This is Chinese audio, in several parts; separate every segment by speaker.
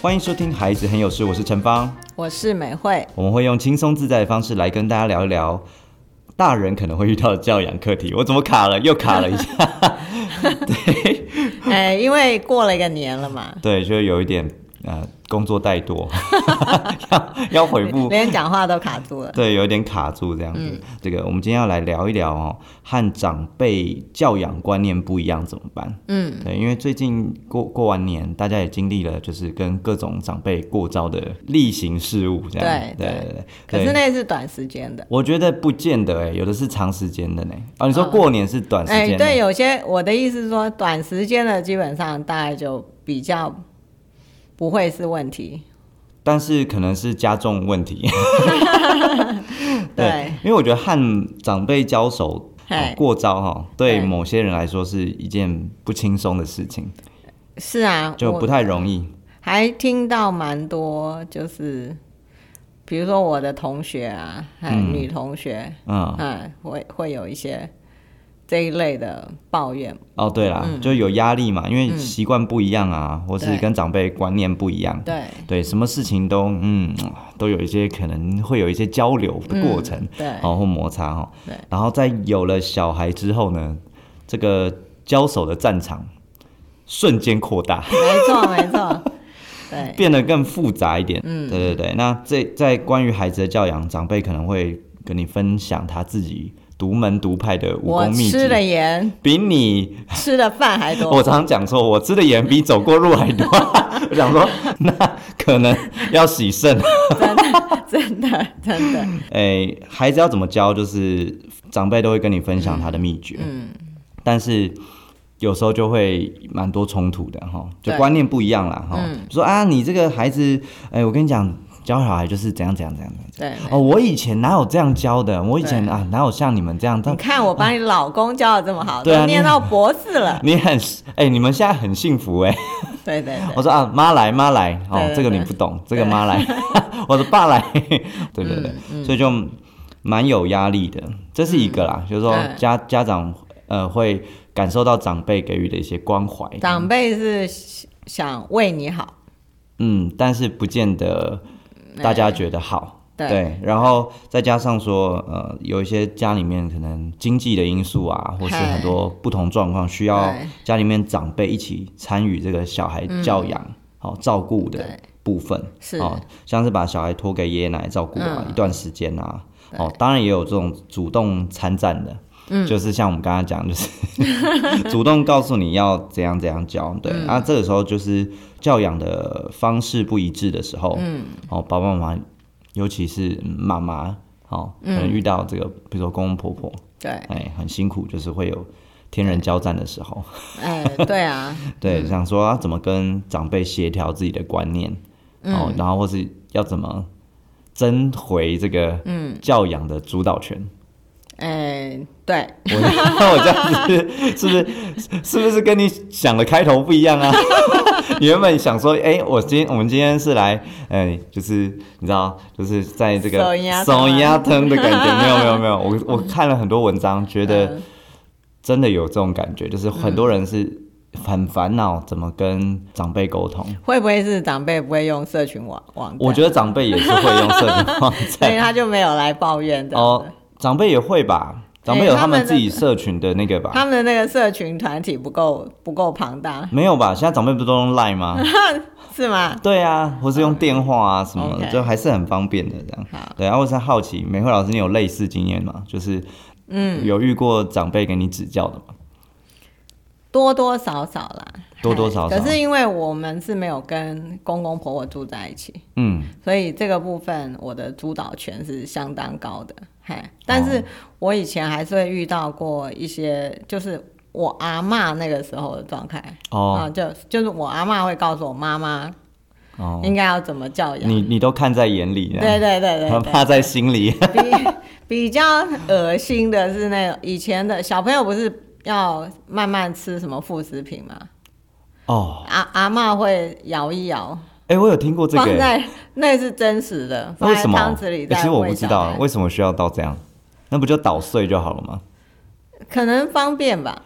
Speaker 1: 欢迎收听《孩子很有事》，我是陈芳，
Speaker 2: 我是美惠。
Speaker 1: 我们会用轻松自在的方式来跟大家聊一聊大人可能会遇到的教养课题。我怎么卡了？又卡了一 下。
Speaker 2: 哎，因为过了一个年了嘛，
Speaker 1: 对，就有一点呃，工作怠 惰， 要要回复，
Speaker 2: 连讲话都卡 住了。
Speaker 1: 对，有一点卡住这样子。
Speaker 2: 嗯
Speaker 1: 这个我们今天要来聊一聊哦，和长辈教养观念不一样怎么办？
Speaker 2: 嗯，
Speaker 1: 对，因为最近过过完年，大家也经历了就是跟各种长辈过招的例行事务这样。
Speaker 2: 对
Speaker 1: 对
Speaker 2: 对
Speaker 1: 对对。
Speaker 2: 可是
Speaker 1: 对
Speaker 2: 那是短时间的。
Speaker 1: 我觉得不见得哎、有的是长时间的呢。哦，你说过年是短时
Speaker 2: 哎，
Speaker 1: 间、的，
Speaker 2: 对，有些我的意思是说，短时间的基本上大概就比较不会是 问题。
Speaker 1: 但是可能是加重问 题。
Speaker 2: 对，哎
Speaker 1: 因为我觉得和长辈交手、
Speaker 2: 嘿
Speaker 1: 哦过招哈、对
Speaker 2: 嘿
Speaker 1: 某些人来说是一件不轻松的事情，
Speaker 2: 是啊，
Speaker 1: 就
Speaker 2: 我
Speaker 1: 不太容易。
Speaker 2: 还听到蛮多，就是比如说我的同学啊，哎，女同学，
Speaker 1: 嗯，
Speaker 2: 嗯，会会有一些这一类的抱怨。
Speaker 1: 哦，对啦，就有压力嘛，因为习惯不一样啊，或是
Speaker 2: 嗯对
Speaker 1: 跟长辈观念不一样，
Speaker 2: 对，
Speaker 1: 对，什么事情都嗯，都有一些可能会有一些交流的过程，
Speaker 2: 嗯对
Speaker 1: 然后、或摩擦哈、
Speaker 2: 对
Speaker 1: 然后在有了小孩之后呢，这个交手的战场瞬间扩大，
Speaker 2: 没错，没 错，对，
Speaker 1: 变得更复杂一点。嗯，对对对。那这在关于孩子的教养，长辈可能会跟你分享他自己独门独派的武
Speaker 2: 我
Speaker 1: 功秘籍
Speaker 2: 吃，哦的盐，
Speaker 1: 比你
Speaker 2: 吃的饭还多。
Speaker 1: 我常常讲说，我吃的盐比走过路还多。 我想说，那可能要洗肾。
Speaker 2: 真的，真的，真的，
Speaker 1: 诶、哎孩子要怎么教，就是长辈都会跟你分享他的秘诀，
Speaker 2: 嗯，
Speaker 1: 但是有时候就会蛮多冲突的哈，就
Speaker 2: 对嗯
Speaker 1: 观念不一样啦哈。说啊，你这个孩子，哎、我跟你讲，教小孩就是怎样怎样怎样。
Speaker 2: 对。
Speaker 1: 哦，我以前哪有这样教的？我以前
Speaker 2: 对
Speaker 1: 啊，哪有像你们这样？
Speaker 2: 你
Speaker 1: 但
Speaker 2: 看我把你老公教的这么好，
Speaker 1: 对啊
Speaker 2: 都念
Speaker 1: 你
Speaker 2: 到博士了。
Speaker 1: 你很哎、你们现在很幸福 哎、
Speaker 2: 对对对，
Speaker 1: 我说啊，妈来妈来，哦，
Speaker 2: 对对
Speaker 1: 这个你
Speaker 2: 对嗯
Speaker 1: 不懂，这个妈 来，我说爸来， 对对对，所以就蛮有压力的，这是一个啦，就是说
Speaker 2: 嗯
Speaker 1: 家家长呃会感受到长辈给予的一些关怀，
Speaker 2: 长辈是想为你好，嗯
Speaker 1: 嗯，但是不见得大家觉得好。
Speaker 2: 对
Speaker 1: 然后再加上说，呃，有一些家里面可能经济的因素啊，或是
Speaker 2: 嗨
Speaker 1: 很多不同状况，需要
Speaker 2: 对嗯
Speaker 1: 家里面长辈一起参与这个小孩教养、好、照顾的
Speaker 2: 对
Speaker 1: 部分，
Speaker 2: 是
Speaker 1: 哦，像是把小孩托给爷爷奶奶照顾啊、
Speaker 2: 嗯
Speaker 1: 一段时间啊，哦，当然也有这种主动参战的。
Speaker 2: 嗯
Speaker 1: 就是像我们刚刚讲，就是 主动告诉你要怎样怎样教，对，
Speaker 2: 嗯
Speaker 1: 啊，这个时候就是教养的方式不一致的时候，嗯，哦，爸爸妈妈，尤其是妈妈，哦，可
Speaker 2: 嗯
Speaker 1: 能遇到这个，比如说公公婆婆，
Speaker 2: 对，
Speaker 1: 哎，很辛苦，就是会有天人交战的时候，
Speaker 2: 哎，对啊，
Speaker 1: 对，想说要怎么跟长辈协调自己的观念，
Speaker 2: 嗯
Speaker 1: 哦，然后或是要怎么争回这个
Speaker 2: 嗯
Speaker 1: 教养的主导权。
Speaker 2: 哎，对，
Speaker 1: 我我这样子是不是是不是跟你想的开头不一样啊？ 你原本想说，哎、我今天我们今天是来，哎、就是你知道，就是在这个
Speaker 2: 手压嗯疼啊
Speaker 1: 压疼的感觉，没有没有没有，我我看了很多文章，觉
Speaker 2: 嗯
Speaker 1: 得真的有这种感觉，就是很多人是很烦恼怎么跟长辈沟通。
Speaker 2: 会不会是长辈不会用社群网网站？
Speaker 1: 我觉得长辈也是会用社群网
Speaker 2: 所以
Speaker 1: 站
Speaker 2: 他就没有来抱怨的。
Speaker 1: 哦，长辈也会吧，长辈
Speaker 2: 哎
Speaker 1: 有
Speaker 2: 他
Speaker 1: 他们
Speaker 2: 们
Speaker 1: 自
Speaker 2: 的
Speaker 1: 己社群的那个吧。
Speaker 2: 他们的那个社群团体不够不够庞大，
Speaker 1: 没有吧？现在长辈不都用 Line 吗？
Speaker 2: 是吗？
Speaker 1: 对啊，或是用电话啊什么的
Speaker 2: OK
Speaker 1: 就还是很方便的这样
Speaker 2: 好。
Speaker 1: 对啊，我是好奇，美惠老师，你有类似经验吗？就是，嗯，有遇过长辈给你指教的吗？
Speaker 2: 多多少少啦，
Speaker 1: 多多少少
Speaker 2: 可是因为我们是没有跟公公婆婆住在一起，
Speaker 1: 嗯，
Speaker 2: 所以这个部分我的主导权是相当高的。嘿，但
Speaker 1: 哦
Speaker 2: 是我以前还是会遇到过一些，就是我阿嬷那个时候的状态。
Speaker 1: 哦
Speaker 2: 啊，就就是我阿嬷会告诉我妈妈
Speaker 1: 哦，
Speaker 2: 应该要怎么教养。
Speaker 1: 你你啊都看在眼里，这
Speaker 2: 对
Speaker 1: 样
Speaker 2: 对对对
Speaker 1: 很
Speaker 2: 对
Speaker 1: 怕在心里。
Speaker 2: 比比较恶心的是那种以前的小朋友不是要慢慢吃什么副食品吗？
Speaker 1: 哦，
Speaker 2: 阿啊阿嬷会摇一摇，
Speaker 1: 哎，我有听过这
Speaker 2: 放
Speaker 1: 个，
Speaker 2: 在那是真实的，
Speaker 1: 那
Speaker 2: 放
Speaker 1: 为
Speaker 2: 在
Speaker 1: 什么？
Speaker 2: 汤匙
Speaker 1: 哎
Speaker 2: 里
Speaker 1: 其
Speaker 2: 再
Speaker 1: 实我不
Speaker 2: 喂
Speaker 1: 知
Speaker 2: 小
Speaker 1: 道
Speaker 2: 孩，
Speaker 1: 为什么需要到这样，那不就捣碎就好了吗？
Speaker 2: 可能方便吧。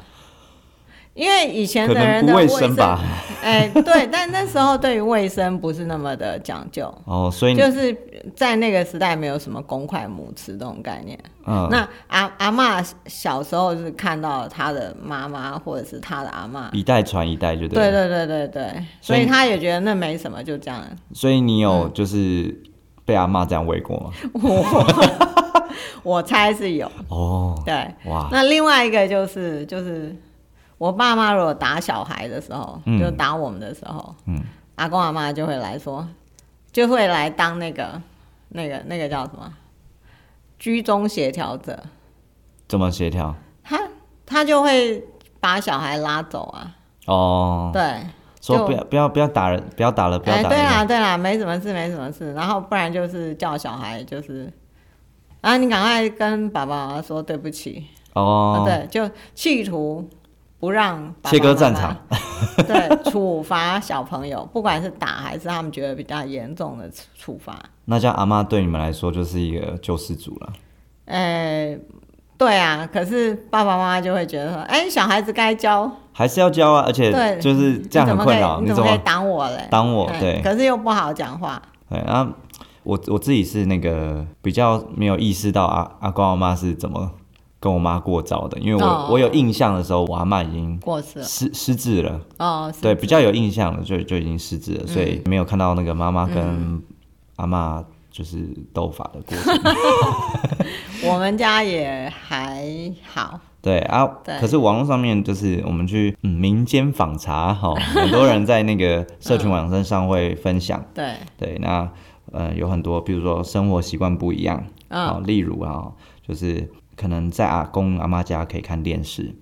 Speaker 2: 因为以前
Speaker 1: 可
Speaker 2: 的
Speaker 1: 能
Speaker 2: 人
Speaker 1: 不
Speaker 2: 的
Speaker 1: 卫
Speaker 2: 卫
Speaker 1: 生吧，
Speaker 2: 哎，对，但那时候对于卫生不是那么的讲究，
Speaker 1: 哦，所以你
Speaker 2: 就是在那个时代没有什么公筷母匙这种概念。
Speaker 1: 嗯，
Speaker 2: 那阿阿嬷小时候是看到她的妈妈或者是她的阿嬷，
Speaker 1: 一代传一代就对
Speaker 2: 对
Speaker 1: 了。
Speaker 2: 对对对对，
Speaker 1: 所
Speaker 2: 所
Speaker 1: 以
Speaker 2: 以她也觉得那没什么，就这 样。
Speaker 1: 所以你有
Speaker 2: 嗯
Speaker 1: 就是被阿妈这样喂过 吗？
Speaker 2: 我 我猜是有，
Speaker 1: 哦，
Speaker 2: 对。
Speaker 1: 哇，
Speaker 2: 那另外一个就是就是我爸妈如果打小孩的时候，
Speaker 1: 嗯
Speaker 2: 就打我们的时候，
Speaker 1: 嗯，
Speaker 2: 阿公阿妈就会来说，就会来当那个那个那个叫什么居中协调者，
Speaker 1: 怎么协调？
Speaker 2: 他他就会把小孩拉走啊，
Speaker 1: 哦，
Speaker 2: 对。
Speaker 1: 说
Speaker 2: 就
Speaker 1: 不要不要不要打人，不要打了，不要
Speaker 2: 哎，
Speaker 1: 打啊
Speaker 2: 对
Speaker 1: 人。
Speaker 2: 啦，对啦，没什么事，没什么事。然后不然就是叫小孩，就是啊，你赶快跟爸爸妈妈说对不起。啊，
Speaker 1: 哦，
Speaker 2: 对，就企图不让爸爸
Speaker 1: 切割
Speaker 2: 妈妈
Speaker 1: 战场。
Speaker 2: 对，处罚小朋友，不管是打还是他们觉得比较严重的处处罚。
Speaker 1: 那这样阿妈对你们来说就是一个救世主了。
Speaker 2: 哎，对啊，可是爸爸妈妈就会觉得说，哎，小孩子该教，
Speaker 1: 还是要教啊，而且
Speaker 2: 对，
Speaker 1: 就是这样
Speaker 2: 你怎
Speaker 1: 很
Speaker 2: 么
Speaker 1: 困
Speaker 2: 可以
Speaker 1: 扰，
Speaker 2: 你
Speaker 1: 你
Speaker 2: 怎
Speaker 1: 怎
Speaker 2: 么可以
Speaker 1: 么？
Speaker 2: 挡我嘞？
Speaker 1: 挡我
Speaker 2: 哎
Speaker 1: 对
Speaker 2: 可是又不好讲话。
Speaker 1: 对啊，我我自己是那个比较没有意识到阿阿公阿妈是怎么跟我妈过招的，因为我、
Speaker 2: 哦
Speaker 1: 我有印象的时候，我阿妈已经
Speaker 2: 过世了
Speaker 1: 失失智了，
Speaker 2: 哦，是
Speaker 1: 对，比较有印象的就就已经失智
Speaker 2: 嗯
Speaker 1: 了，所以没有看到那个妈妈跟阿妈就是斗法的过 程。
Speaker 2: 我们家也还好，
Speaker 1: 对啊，
Speaker 2: 对
Speaker 1: 可是网络上面就是我们去、嗯、民间访查哈，很多人在那个社群网站上会分享。
Speaker 2: 对，
Speaker 1: 对，那呃有很多，比如说生活习惯不一样，
Speaker 2: 嗯
Speaker 1: 啊、例如啊、就是可能在阿公阿妈家可以看电视，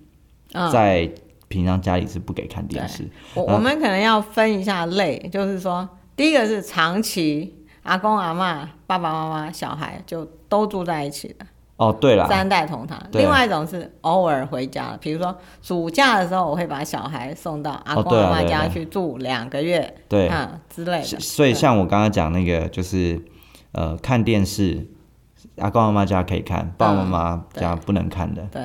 Speaker 2: 嗯，
Speaker 1: 在平常家里是不给看电视，
Speaker 2: 我我们可能要分一下类，就是说，第一个是长期阿公阿嬷、爸爸妈妈、小孩就都住在一起的，
Speaker 1: 哦，对啦，
Speaker 2: 三代同堂。
Speaker 1: 对啊
Speaker 2: 另外一种是偶尔回家，比如说暑假的时候，我会把小孩送到阿
Speaker 1: 哦
Speaker 2: 公
Speaker 1: 对啊
Speaker 2: 阿妈
Speaker 1: 对啊
Speaker 2: 家
Speaker 1: 对啊
Speaker 2: 去住两个月，
Speaker 1: 对，
Speaker 2: 啊之类的。
Speaker 1: 所以
Speaker 2: 对
Speaker 1: 像我刚刚讲那个，就是呃看电视，阿公阿妈家可以看，爸爸妈妈家不能看的，
Speaker 2: 嗯对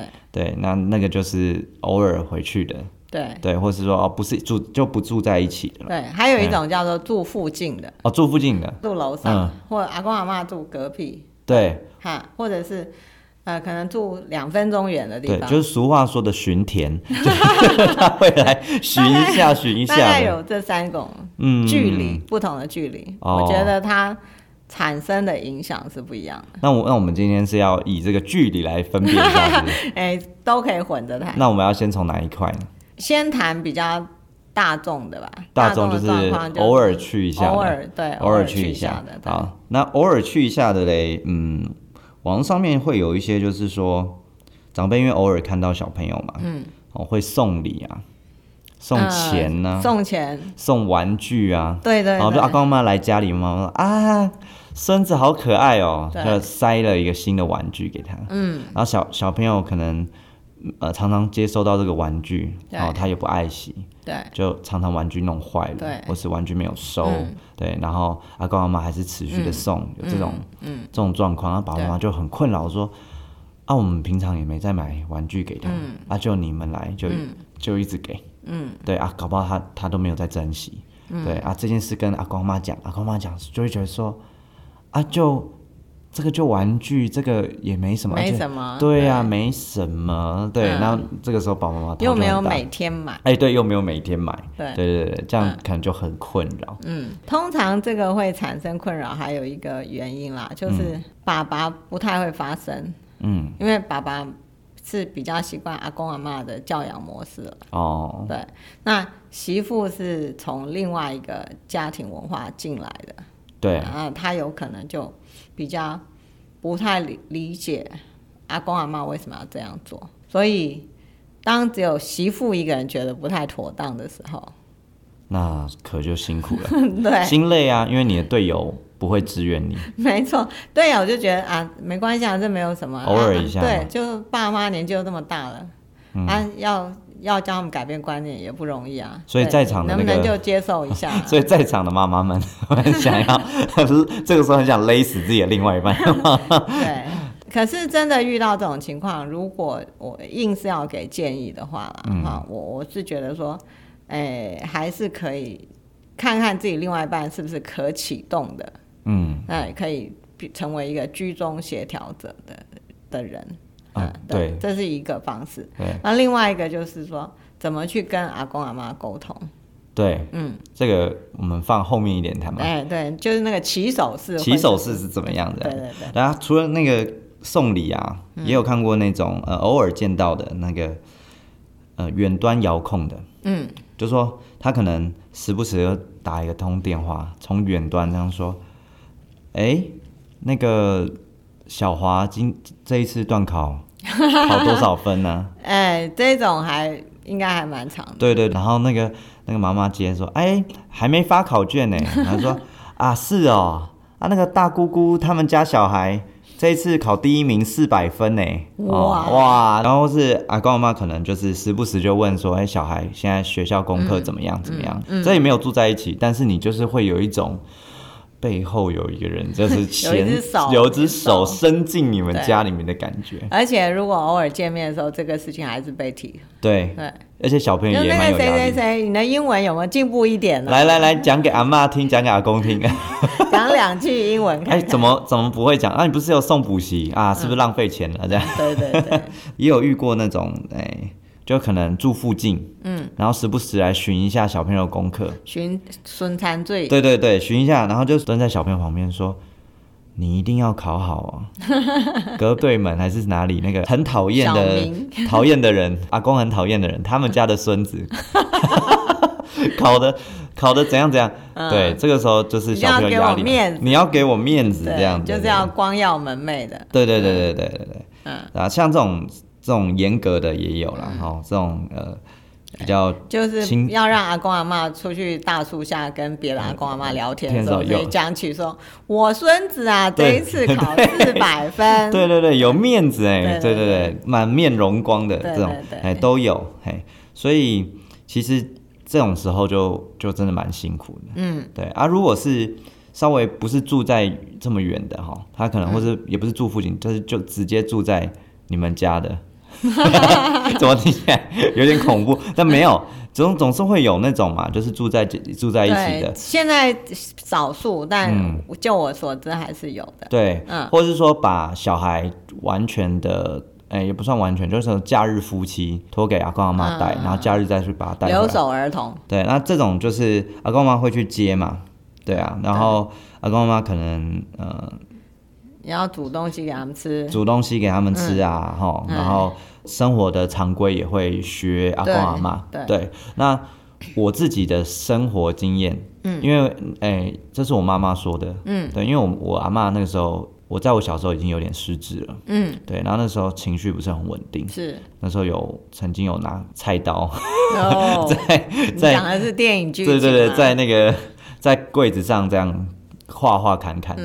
Speaker 1: 对，那那个就是偶尔回去的，
Speaker 2: 对
Speaker 1: 对，或是说哦不是住就不住在一起的了，
Speaker 2: 对，还有一种叫做住附近的，
Speaker 1: 哦住附近的，
Speaker 2: 住楼
Speaker 1: 嗯
Speaker 2: 上，或者阿公阿嬷住隔壁，
Speaker 1: 对
Speaker 2: 哈，或者是呃，可能住两分钟远的地
Speaker 1: 对，
Speaker 2: 方，
Speaker 1: 就是俗话说的巡 田，就是他会来巡一下，巡一
Speaker 2: 大
Speaker 1: 下
Speaker 2: 概
Speaker 1: 的，
Speaker 2: 有这三种
Speaker 1: 嗯，
Speaker 2: 距离，。不同的距离，
Speaker 1: 哦
Speaker 2: 我觉得它产生的影响是不一样
Speaker 1: 那我那我们今天是要以这个距离来分辨一下，是 不是
Speaker 2: 的，哎，都可以混着谈。
Speaker 1: 那我们要先从哪一块呢？
Speaker 2: 先谈比较大众的吧，
Speaker 1: 大
Speaker 2: 众
Speaker 1: 众
Speaker 2: 的
Speaker 1: 是
Speaker 2: 状况就
Speaker 1: 偶尔去一下的，
Speaker 2: 偶尔对，
Speaker 1: 偶尔
Speaker 2: 去
Speaker 1: 去一下
Speaker 2: 的，对
Speaker 1: 好，那偶尔去一下的嘞，嗯，网络上面会有一些就是说，长辈因为偶尔看到小朋友嘛，嗯，哦，会送礼啊，送钱
Speaker 2: 呃
Speaker 1: 呢、
Speaker 2: 送钱，
Speaker 1: 送玩具啊，
Speaker 2: 对对
Speaker 1: 然后就阿
Speaker 2: 对，
Speaker 1: 公阿妈来家里，妈妈说啊，孙子好可爱哦、
Speaker 2: 对
Speaker 1: 就塞了一个新的玩具给他。嗯，然后小小朋友可能呃常常接收到这个玩具，
Speaker 2: 对
Speaker 1: 然后他也不爱惜，
Speaker 2: 对
Speaker 1: 就常常玩具弄坏了
Speaker 2: 对，嗯
Speaker 1: 或是玩具没有收，对，然后阿公阿妈还是持续的送，有这种嗯这种状况，然后爸爸妈妈就很困扰说。啊，我们平常也没再买玩具给他，
Speaker 2: 嗯
Speaker 1: 啊，就你们来就、就一直给，嗯，对啊，搞不好他他都没有在珍惜，
Speaker 2: 嗯
Speaker 1: 对啊，这件事跟阿公妈讲，阿公妈讲就会觉得说，啊，就这个就玩具，这个也没什么，而
Speaker 2: 没
Speaker 1: 且
Speaker 2: 什么
Speaker 1: 对呀、啊，没什么，对，
Speaker 2: 嗯
Speaker 1: 那这个时候爸爸妈妈头
Speaker 2: 又
Speaker 1: 就
Speaker 2: 没
Speaker 1: 很
Speaker 2: 有
Speaker 1: 大
Speaker 2: 每天买。
Speaker 1: 哎，对，又没有每天买，
Speaker 2: 对
Speaker 1: 对对对，这样可能就很困扰。
Speaker 2: 嗯，通常这个会产生困扰，还有一个原因啦，就是爸爸不太会发声，
Speaker 1: 嗯，
Speaker 2: 因为爸爸是比较习惯阿公阿妈的教养模式了。
Speaker 1: 哦，
Speaker 2: 对，那媳妇是从另外一个家庭文化进来的，
Speaker 1: 对，
Speaker 2: 啊，她有可能就比较不太理理解阿公阿妈为什么要这样做，所以当只有媳妇一个人觉得不太妥当的时 候，
Speaker 1: 那可就辛苦了，
Speaker 2: 对，
Speaker 1: 心累啊，因为你的队友不会支援 你。
Speaker 2: 没错，对呀，我就觉得啊，没关系啊，这没有什么，
Speaker 1: 偶尔一下
Speaker 2: 啊
Speaker 1: 嘛嗯
Speaker 2: 对，就爸妈年纪又这么大了，啊，要要教他们改变观念也不容易啊。
Speaker 1: 所以
Speaker 2: 对
Speaker 1: 在场的
Speaker 2: 能不
Speaker 1: 那个？
Speaker 2: 能就接受一下、啊
Speaker 1: 所以在场的妈妈 们很想要，这个时候很想勒死自己的另外一半。
Speaker 2: 对，可是真的遇到这种情况，如果我硬是要给建议的话啦，
Speaker 1: 嗯
Speaker 2: 哈、我我是觉得说，哎、还是可以看看自己另外一半是不是可启动的，
Speaker 1: 嗯
Speaker 2: 那也可以成为一个居中协调者的的人。哎
Speaker 1: 啊，
Speaker 2: 嗯对，
Speaker 1: 对
Speaker 2: 这是一个方式。
Speaker 1: 对
Speaker 2: 那另外一个就是说，怎么去跟阿公阿妈沟通？
Speaker 1: 对，
Speaker 2: 嗯，
Speaker 1: 这个我们放后面一点谈吧。
Speaker 2: 哎、对，就是那个起手式，
Speaker 1: 起手式是怎么样
Speaker 2: 对
Speaker 1: 的？
Speaker 2: 对嗯对，
Speaker 1: 然后除了那个送礼啊，也有看过那种呃偶尔见到的那个呃远端遥控的，
Speaker 2: 嗯，
Speaker 1: 就说他可能时不时地打一个通电话，从远端这样说，哎、那个小华今这一次段考考多少分 呢、
Speaker 2: 哎、这种还应该还蛮长的。
Speaker 1: 对对，然后那个那个妈妈接说，哎，还没发考卷呢。 然后说啊，是哦，啊那个大姑姑他们家小孩这一次考第一名四百分呢。哦
Speaker 2: 哇
Speaker 1: 哇，然后是阿公阿妈可能就是时不时就问说，哎，小孩现在学校功课怎么样？怎么样？
Speaker 2: 嗯
Speaker 1: 这也没有住在一起，但是你就是会有一种。背后有一个人，就是
Speaker 2: 有一
Speaker 1: 前
Speaker 2: 只手
Speaker 1: 有一只手
Speaker 2: 手
Speaker 1: 伸进你们
Speaker 2: 对
Speaker 1: 家里面的感 觉，
Speaker 2: 而且如果偶尔见面的时候，这个事情还是被提。
Speaker 1: 对，
Speaker 2: 对，
Speaker 1: 而且小朋友
Speaker 2: 就
Speaker 1: 也
Speaker 2: 那
Speaker 1: 蛮
Speaker 2: 个
Speaker 1: 有压力
Speaker 2: 谁
Speaker 1: 的。
Speaker 2: 谁谁，你的英文有没有进步一点啊 呢？
Speaker 1: 来来来，讲给阿妈听，讲给阿公听。
Speaker 2: 讲两句英文
Speaker 1: 哎，
Speaker 2: 看看。
Speaker 1: 怎么怎么不会讲？啊，你不是有送补习啊？是不是浪费钱了？这样
Speaker 2: 对对对，
Speaker 1: 也有遇过那种，哎，就可能住附近，嗯，然后时不时来巡一下小朋友功课。
Speaker 2: 寻孙 餐醉。
Speaker 1: 对对对，巡一下，然后就蹲在小朋友旁边说：“你一定要考 好哦。”隔对门还是哪里那个很讨厌
Speaker 2: 小
Speaker 1: 的
Speaker 2: 明
Speaker 1: 讨厌的人，阿公很讨厌的人，他们家的孙子 考的考的怎样怎样？对，这个时候就是小朋友压力
Speaker 2: 嗯你要给我面子
Speaker 1: 嘛，你要给我面子，这样
Speaker 2: 对，就是
Speaker 1: 对
Speaker 2: 要光耀门楣的。
Speaker 1: 对对对对对对对，
Speaker 2: 嗯，
Speaker 1: 啊，像这种这种严格的也有啦，哈，这种呃比较
Speaker 2: 就是
Speaker 1: 亲
Speaker 2: 要让阿公阿妈出去大树下跟别的阿公阿妈聊天的时候，
Speaker 1: 天手
Speaker 2: 可
Speaker 1: 有
Speaker 2: 以讲起说：“我孙子啊，这
Speaker 1: 对
Speaker 2: 一次考四百分。”
Speaker 1: 对对对，有面子哎，对
Speaker 2: 对
Speaker 1: 对
Speaker 2: 对
Speaker 1: 对，满面荣光的
Speaker 2: 对
Speaker 1: 这种
Speaker 2: 对对，
Speaker 1: 哎都有嘿，所以其实这种时候就就真的蛮辛苦的，
Speaker 2: 嗯，
Speaker 1: 对啊，如果是稍微不是住在这么远的哈，他可能或
Speaker 2: 嗯
Speaker 1: 者也不是住附近，就是就直接住在你们家的。 怎么听起来有点恐怖？但没有，总总是会有那种嘛，就是住在住在一起的
Speaker 2: 对，，现在少数，但
Speaker 1: 嗯
Speaker 2: 就我所知还是有的。
Speaker 1: 对，
Speaker 2: 嗯
Speaker 1: 或是说把小孩完全的，哎、也不算完全，就是假日夫妻托给阿公阿妈带，
Speaker 2: 嗯
Speaker 1: 然后假日再去把他带
Speaker 2: 留
Speaker 1: 回来。
Speaker 2: 守儿童，
Speaker 1: 对，那这种就是阿公阿妈会去接嘛，对啊，然后阿公阿妈可能呃
Speaker 2: 你要煮东西给他们吃。
Speaker 1: 煮东西给他们吃啊，哈、
Speaker 2: 嗯
Speaker 1: 然后生活的常规也会学阿公阿妈。
Speaker 2: 对
Speaker 1: 对，那我自己的生活经验，嗯，因为哎、这是我妈妈说的，嗯，对，因为我我阿妈那个时候，我在我小时候已经有点失智了，
Speaker 2: 嗯，
Speaker 1: 对，然后那时候情绪不是很稳定，
Speaker 2: 是
Speaker 1: 那时候有曾经有拿菜刀
Speaker 2: 哦，
Speaker 1: 在
Speaker 2: 你
Speaker 1: 在
Speaker 2: 讲的是电影剧情
Speaker 1: 对
Speaker 2: 啊，
Speaker 1: 对对，在那个在柜子上这样画画砍砍的，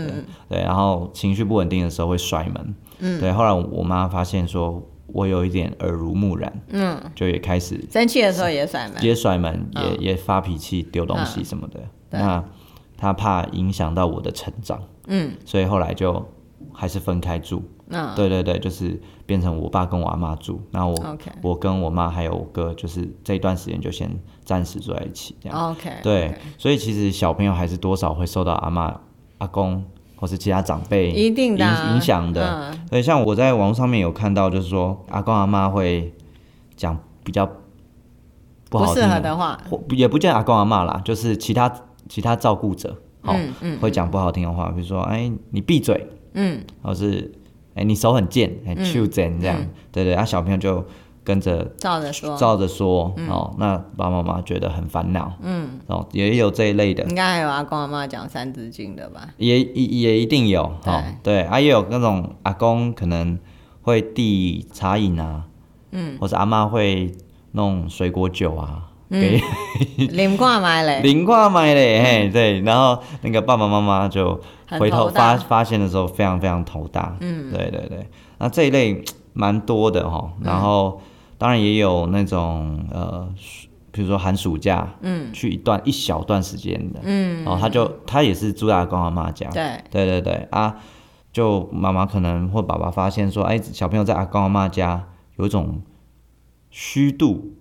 Speaker 1: 对，然后情绪不稳定的时候会摔门，嗯，对，后来我妈发现说我有一点耳濡目染，嗯，就也开始
Speaker 2: 生气的时候也甩门，
Speaker 1: 也甩门，
Speaker 2: 嗯
Speaker 1: 也也发脾气、丢东西什么的，那她怕影响到我的成长，
Speaker 2: 嗯，
Speaker 1: 所以后来就还是分开住，
Speaker 2: 嗯
Speaker 1: 对对对，就是变成我爸跟我阿妈住，然后我
Speaker 2: OK
Speaker 1: 我跟我妈还有我哥，就是这一段时间就先暂时住在一起这样。
Speaker 2: ，OK，
Speaker 1: 对，所以其实小朋友还是多少会受到阿嬷、阿公或是其他长辈
Speaker 2: 一定的啊
Speaker 1: 影影响的。
Speaker 2: 嗯
Speaker 1: 所以像我在网络上面有看到，就是说阿公阿妈会讲比较不
Speaker 2: 不
Speaker 1: 好听
Speaker 2: 适合的话，
Speaker 1: 或也不见阿公阿嬷啦，就是其他其他照顾者，哦，
Speaker 2: 嗯嗯
Speaker 1: 会讲不好听的话，比如说哎你闭嘴，
Speaker 2: 嗯，
Speaker 1: 或是哎你手很贱，哎去贱这样，对对，啊小朋友就跟着
Speaker 2: 照着说，嗯
Speaker 1: 照着说、哦，那爸爸妈妈觉得很烦恼，嗯，哦，也有这一类的，
Speaker 2: 应该还有阿公阿妈讲《三字经》的吧？
Speaker 1: 也也也一定有
Speaker 2: 对
Speaker 1: 哦，对，啊，也有那种阿公可能会递茶饮啊，嗯，或者阿妈会弄水果酒啊，给
Speaker 2: 林挂买嘞，
Speaker 1: 零挂买嘞，嘿，对，然后那个爸爸妈妈就
Speaker 2: 很
Speaker 1: 回嗯头
Speaker 2: 头大
Speaker 1: 发发现的时候非常非常头大，嗯，对对对，那这一类蛮多的哈，然后当然也有那种呃。暑比如说寒暑假，嗯，去一段一小哦段时间的，嗯，然后他就他也是住在阿公阿妈家，
Speaker 2: 对，
Speaker 1: 对对对啊，就妈妈可能或爸爸发现说，哎，小朋友在阿公阿妈家有一种虚度、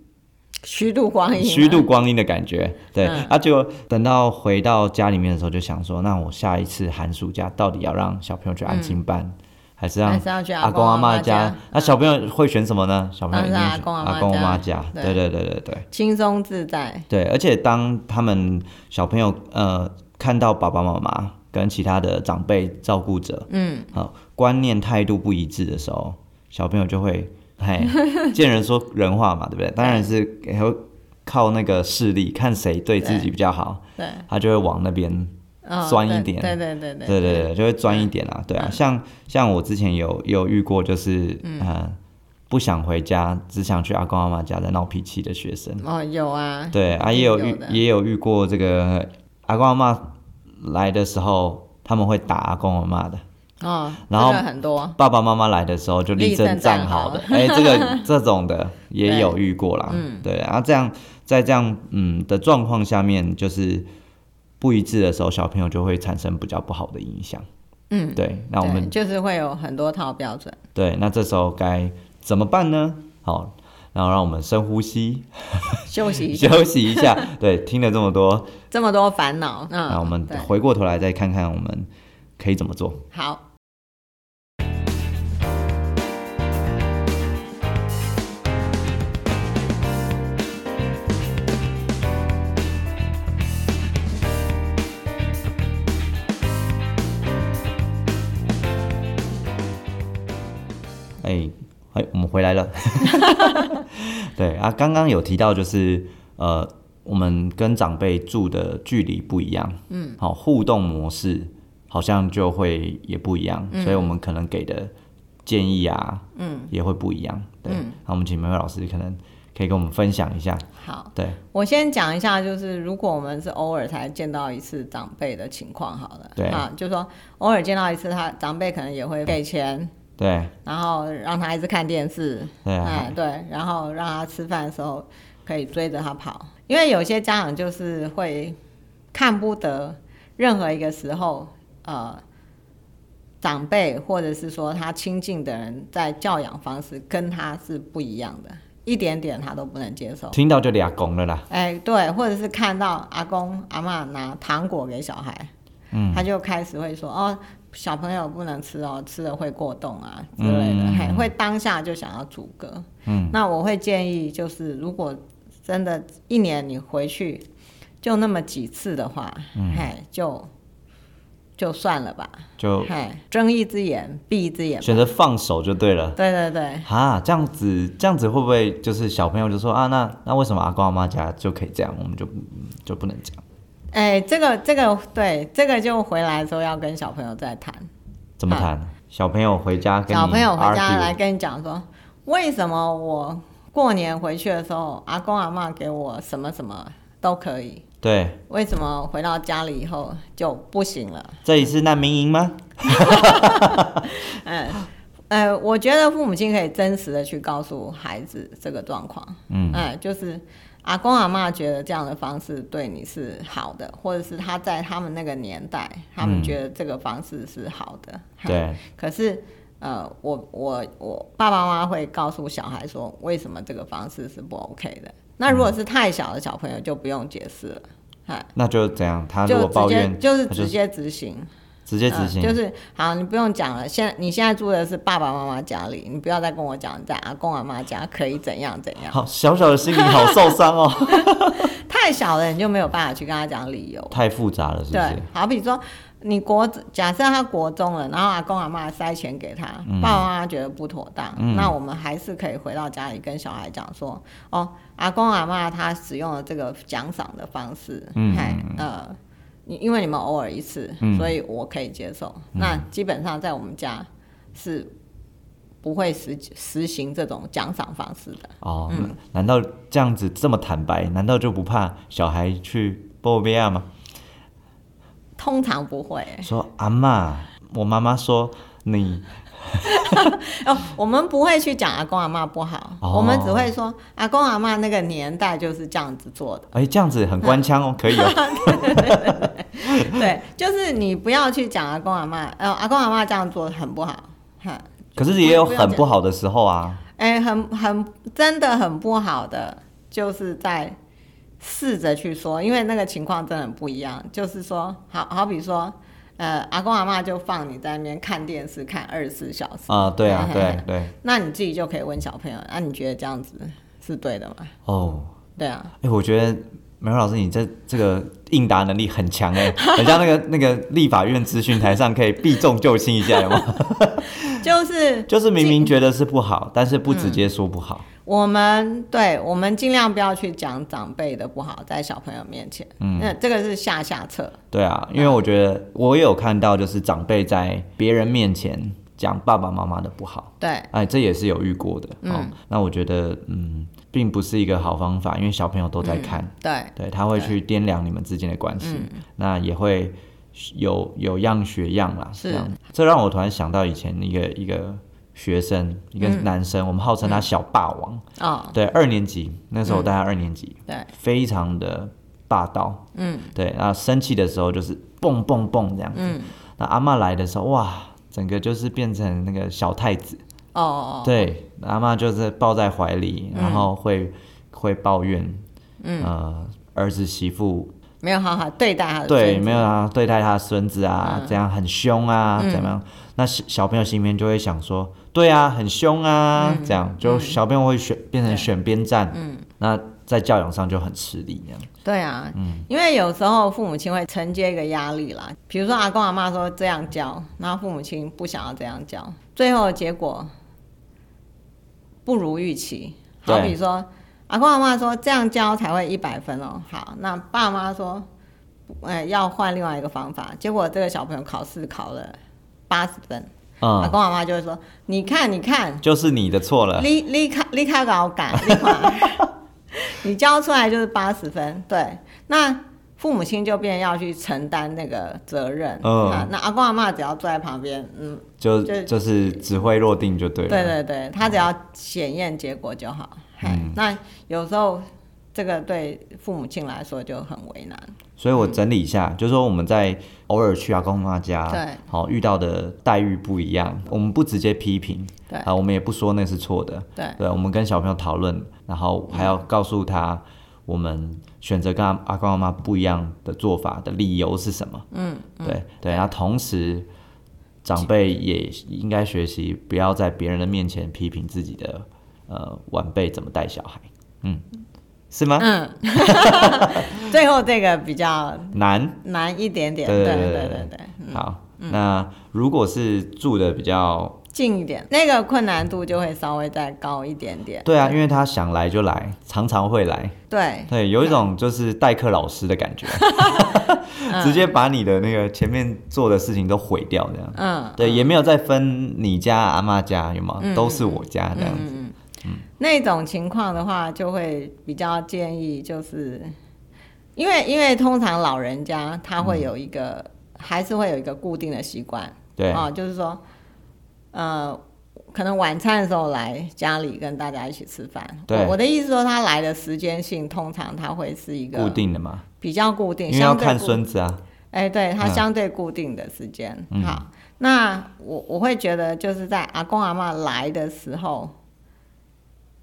Speaker 2: 虚度光阴，啊
Speaker 1: 虚度，光阴的感觉，对，
Speaker 2: 哎嗯
Speaker 1: 啊，就等到回到家里面的时候，就想说，那我下一次寒暑假到底要让小朋友去安亲班，还是让
Speaker 2: 嗯还是要去
Speaker 1: 阿
Speaker 2: 公啊
Speaker 1: 公阿
Speaker 2: 妈
Speaker 1: 嬷家？那、小朋友会选什么呢？小朋友一定
Speaker 2: 啊当然
Speaker 1: 选
Speaker 2: 是阿公阿嬷
Speaker 1: 阿公阿妈
Speaker 2: 家
Speaker 1: 家，
Speaker 2: 对
Speaker 1: 对对对对对。
Speaker 2: 轻松自在，
Speaker 1: 对，而且当他们小朋友呃看到爸爸妈妈跟其他的长辈照顾者，嗯，好、观念态度不一致的时候，小朋友就会嘿见人说人话嘛，对不对？当然是也会靠那个势力，看谁对自己比较好，
Speaker 2: 对，
Speaker 1: 他就会往那边
Speaker 2: 嗯
Speaker 1: 酸一
Speaker 2: 对
Speaker 1: 点
Speaker 2: 对对对对
Speaker 1: 对对对，就会专一点啦。对啊，像像我之前有有遇过，就是嗯、呃不想回家，只想去阿公阿妈家在闹脾气的学生。
Speaker 2: 哦，有啊，
Speaker 1: 对啊，
Speaker 2: 一
Speaker 1: 也
Speaker 2: 定
Speaker 1: 有
Speaker 2: 有
Speaker 1: 遇
Speaker 2: 的
Speaker 1: 也有遇过这个阿公阿妈来的时候，他们会打阿公阿妈的；
Speaker 2: 哦，
Speaker 1: 然后
Speaker 2: 这个很多，
Speaker 1: 爸爸妈妈来的时候就
Speaker 2: 立
Speaker 1: 立正
Speaker 2: 正
Speaker 1: 站
Speaker 2: 站
Speaker 1: 好
Speaker 2: 好嗯
Speaker 1: 的。哎、这个这种的 也有遇过啦。对啊，这样在这样嗯的状况下面，就是不一致的时候，小朋友就会产生比较不好的影响。
Speaker 2: 嗯，
Speaker 1: 对，那我
Speaker 2: 对
Speaker 1: 们
Speaker 2: 就是会有很多套标准，
Speaker 1: 对那这时候该怎么办呢？好，然后让我们深呼吸，
Speaker 2: 休息一下，
Speaker 1: 休息一下。对，听了这么多，
Speaker 2: 这么多烦恼，嗯，
Speaker 1: 那我们
Speaker 2: 对
Speaker 1: 回过头来再看看我们可以怎么做。
Speaker 2: 好，
Speaker 1: 哎哎，我们回来了。 对啊，刚刚有提到就是呃，我们跟长辈住的距离不一样，嗯，好、互动模式好像就会也不一样，所以我们可能给的建议啊，嗯，也会不一样。对，那、我们请梅梅老师可能可以跟我们分享一下。
Speaker 2: 好，
Speaker 1: 对，
Speaker 2: 我先讲一下，就是如果我们是偶尔才见到一次长辈的情况，好了，
Speaker 1: 对
Speaker 2: 啊，就说偶尔见到一次他，长辈可能也会给钱，
Speaker 1: 对，
Speaker 2: 然后让他一直看电视，
Speaker 1: 对啊
Speaker 2: 哎，对，然后让他吃饭的时候可以追着他跑，因为有些家长就是会看不得任何一个时候，呃，长辈或者是说他亲近的人在教养方式跟他是不一样的，一点点他都不能接受。
Speaker 1: 听到就俩拱了啦。
Speaker 2: 哎，对，或者是看到阿公阿嬷拿糖果给小孩，嗯，他就开始会说哦，小朋友不能吃哦，吃了会过动啊之类的，
Speaker 1: 嗯
Speaker 2: 还会当下就想要阻隔。嗯，那我会建议就是，如果真的一年你回去就那么几次的话，哎、就就算了吧，
Speaker 1: 就
Speaker 2: 哎，睁一只眼闭一只眼吧，
Speaker 1: 选择放手就对了。
Speaker 2: 对对对，
Speaker 1: 啊，这样子，这样子会不会就是小朋友就说啊，那那为什么阿公阿妈家就可以这样，我们就就不能这样？
Speaker 2: 哎，这个这个对，这个就回来的时候要跟小朋友再谈。
Speaker 1: 怎么谈？小朋友回家跟你
Speaker 2: 嗯小朋友回家
Speaker 1: argue
Speaker 2: 来跟你讲说，为什么我过年回去的时候，阿公阿嬷给我什么什么都可以，
Speaker 1: 对，
Speaker 2: 为什么回到家里以后就不行了？
Speaker 1: 这里是难民营吗？
Speaker 2: 呃，我觉得父母亲可以真实的去告诉孩子这个状况，嗯，哎、就是阿公阿嬷觉得这样的方式对你是好的，或者是他在他们那个年代，他
Speaker 1: 嗯
Speaker 2: 们觉得这个方式是好的，
Speaker 1: 对，
Speaker 2: 可是，呃，我我我爸爸妈妈会告诉小孩说，为什么这个方式是不 OK 的。那
Speaker 1: 嗯
Speaker 2: 如果是太小的小朋友，就不用解释了，哎，
Speaker 1: 那就怎样？他如
Speaker 2: 就
Speaker 1: 果
Speaker 2: 直
Speaker 1: 抱
Speaker 2: 接
Speaker 1: 怨，
Speaker 2: 就是
Speaker 1: 他
Speaker 2: 直接执行，
Speaker 1: 直接
Speaker 2: 嗯
Speaker 1: 执行，
Speaker 2: 就是好，你不用讲了。现你现在住的是爸爸妈妈家里，你不要再跟我讲你在阿公阿妈家可以怎样怎样。
Speaker 1: 好小小的心灵好受伤哦，
Speaker 2: 太小了，你就没有办法去跟他讲理由。
Speaker 1: 太复杂了，是不
Speaker 2: 对
Speaker 1: 是？，
Speaker 2: 好比说你国假设他国中了，然后阿公阿妈塞钱给他，爸爸妈妈觉得不妥当，那我们还是可以回到家里跟小孩讲说，哦，阿公阿妈他使用了这个奖赏的方式，
Speaker 1: 嗯
Speaker 2: 嗨呃。你因为你们偶尔一次，所以我可以接受。那基本上在我们家是不会实实行这种奖赏方式的。
Speaker 1: 哦，
Speaker 2: 嗯
Speaker 1: 难道这样子这么坦白，难道就不怕小孩去报备啊吗？
Speaker 2: 通常不会、欸
Speaker 1: 说阿妈，我妈妈说你
Speaker 2: 哦，我们不会去讲阿公阿妈不好，
Speaker 1: 哦
Speaker 2: 我们只会说阿公阿妈那个年代就是这样子做 的。
Speaker 1: 哎，这样子很官腔哦，可以哦。
Speaker 2: 对，就是你不要去讲阿公阿妈，呃，阿公阿妈这样做很不好，哈，
Speaker 1: 可是也有
Speaker 2: 不要
Speaker 1: 很
Speaker 2: 讲
Speaker 1: 不好的时候啊。
Speaker 2: 哎、很很真的很不好的，就是在试着去说，因为那个情况真的很不一样。就是说，好好比说，呃，阿公阿妈就放你在那边看电视看二十四小时，
Speaker 1: 啊、对啊，
Speaker 2: 嘿嘿
Speaker 1: 对
Speaker 2: 嘿
Speaker 1: 对。
Speaker 2: 那你自己就可以问小朋友，那、你觉得这样子是对的吗？
Speaker 1: 哦，
Speaker 2: 对啊，
Speaker 1: 哎，我觉得美惠老师你这这个应答能力很强哎，很像那个那个立法院咨询台上可以避重就轻一下，有吗？
Speaker 2: 就是
Speaker 1: 就是明明觉得是不好，但是不直接说不好。
Speaker 2: 我们对我们尽量不要去讲长辈的不好在小朋友面前，嗯，那这个是下下策，
Speaker 1: 对啊，因为我觉得我也有看到，就是长辈在别人面前讲爸爸妈妈的不好。
Speaker 2: 对
Speaker 1: 哎，这也是有遇过的。哦，那我觉得，嗯，并不是一个好方法，因为小朋友都在看，
Speaker 2: 对。嗯
Speaker 1: 对他会去掂量你们之间的关系，那也会有有样学样啦。
Speaker 2: 是
Speaker 1: 这样，这让我突然想到以前一个一个学生，一个男生，我们号称他小霸王，
Speaker 2: 嗯哦，嗯
Speaker 1: 对，二年级那时候我带他二年级，
Speaker 2: 对，
Speaker 1: 非常的霸道，嗯，对，那生气的时候就是蹦蹦蹦这样子，
Speaker 2: 嗯
Speaker 1: 那阿嬷来的时候，哇，整个就是变成那个小太子。
Speaker 2: 哦哦，嗯
Speaker 1: 对，阿妈就是抱在怀里，然后会、会抱怨，嗯、呃，儿子媳妇
Speaker 2: 没有好好对待他的
Speaker 1: 对
Speaker 2: 孙子
Speaker 1: 没有啊，对待他孙子啊，这样很凶啊，怎么样？那小小朋友心里面就会想说，对啊，很凶啊，这样就小朋友会选变成选边站，嗯，那在教养上就很吃力，这样
Speaker 2: 对啊，
Speaker 1: 嗯
Speaker 2: 因为有时候父母亲会承接一个压力啦，比如说阿公阿妈说这样教，然后父母亲不想要这样教，最后的结果不如预期。
Speaker 1: 对
Speaker 2: 好比说阿公阿妈说这样教才会一百分哦，好，那爸妈说，呃，要换另外一个方法，结果这个小朋友考试考了八十分，阿
Speaker 1: 嗯，
Speaker 2: 公阿妈就会说，你看，你看，
Speaker 1: 就是你的错 了，
Speaker 2: 你你卡你卡搞改，你看 你交出来就是八十分，对，那父母亲就变要去承担那个责任，
Speaker 1: 嗯
Speaker 2: 啊，那阿公阿妈只要坐在旁边，嗯，
Speaker 1: 就
Speaker 2: 就
Speaker 1: 就是指挥落定就对了，啊嗯
Speaker 2: 对对对，他只要检验结果就好，嘿，那有时候这个对父母亲来说就很为难，
Speaker 1: 所以我整理一下，就是说我们在偶尔去阿公阿妈家，
Speaker 2: 对，
Speaker 1: 好、遇到的待遇不一样，我们不直接批评，
Speaker 2: 对
Speaker 1: 啊，我们也不说那是错的，
Speaker 2: 对
Speaker 1: 对，我们跟小朋友讨论，然后还要告诉他我们选择跟阿阿公阿妈不一样的做法的理由是什么，嗯，对对，然后同时长辈也应该学习不要在别人的面前批评自己的呃晚辈怎么带小孩，嗯，是吗？
Speaker 2: 嗯， 最后这个比较
Speaker 1: 难。
Speaker 2: 难一点点，
Speaker 1: 对
Speaker 2: 对
Speaker 1: 对
Speaker 2: 对
Speaker 1: 对
Speaker 2: 对对。
Speaker 1: 好，那如果是住的比较，
Speaker 2: 近一点，那个困难度就会稍微再高一点点。
Speaker 1: 对啊，因为他想来就来，常常会来，
Speaker 2: 对，
Speaker 1: 对，有一种就是代课老师的感 觉，直接把你的那个前面做的事情都毁掉，这样，
Speaker 2: 嗯，
Speaker 1: 对，也没有再分你家、阿妈家，有吗？都是我家这样
Speaker 2: 嗯
Speaker 1: 子，
Speaker 2: 那种情况的话，就会比较建议，就是因为因为通常老人家他会有一个，还是会有一个固定的习惯，
Speaker 1: 对，
Speaker 2: 啊、就是说，呃，可能晚餐的时候来家里跟大家一起吃饭。
Speaker 1: 对
Speaker 2: 我我的意思说，他来的时间性通常他会是一
Speaker 1: 固
Speaker 2: 个
Speaker 1: 定的嘛，
Speaker 2: 比较固定，
Speaker 1: 因为要
Speaker 2: 相对
Speaker 1: 看
Speaker 2: 固
Speaker 1: 孙子啊，
Speaker 2: 哎，对，它
Speaker 1: 嗯
Speaker 2: 相对固定的时间。好，那我我会觉得就是在阿公阿妈来的时候，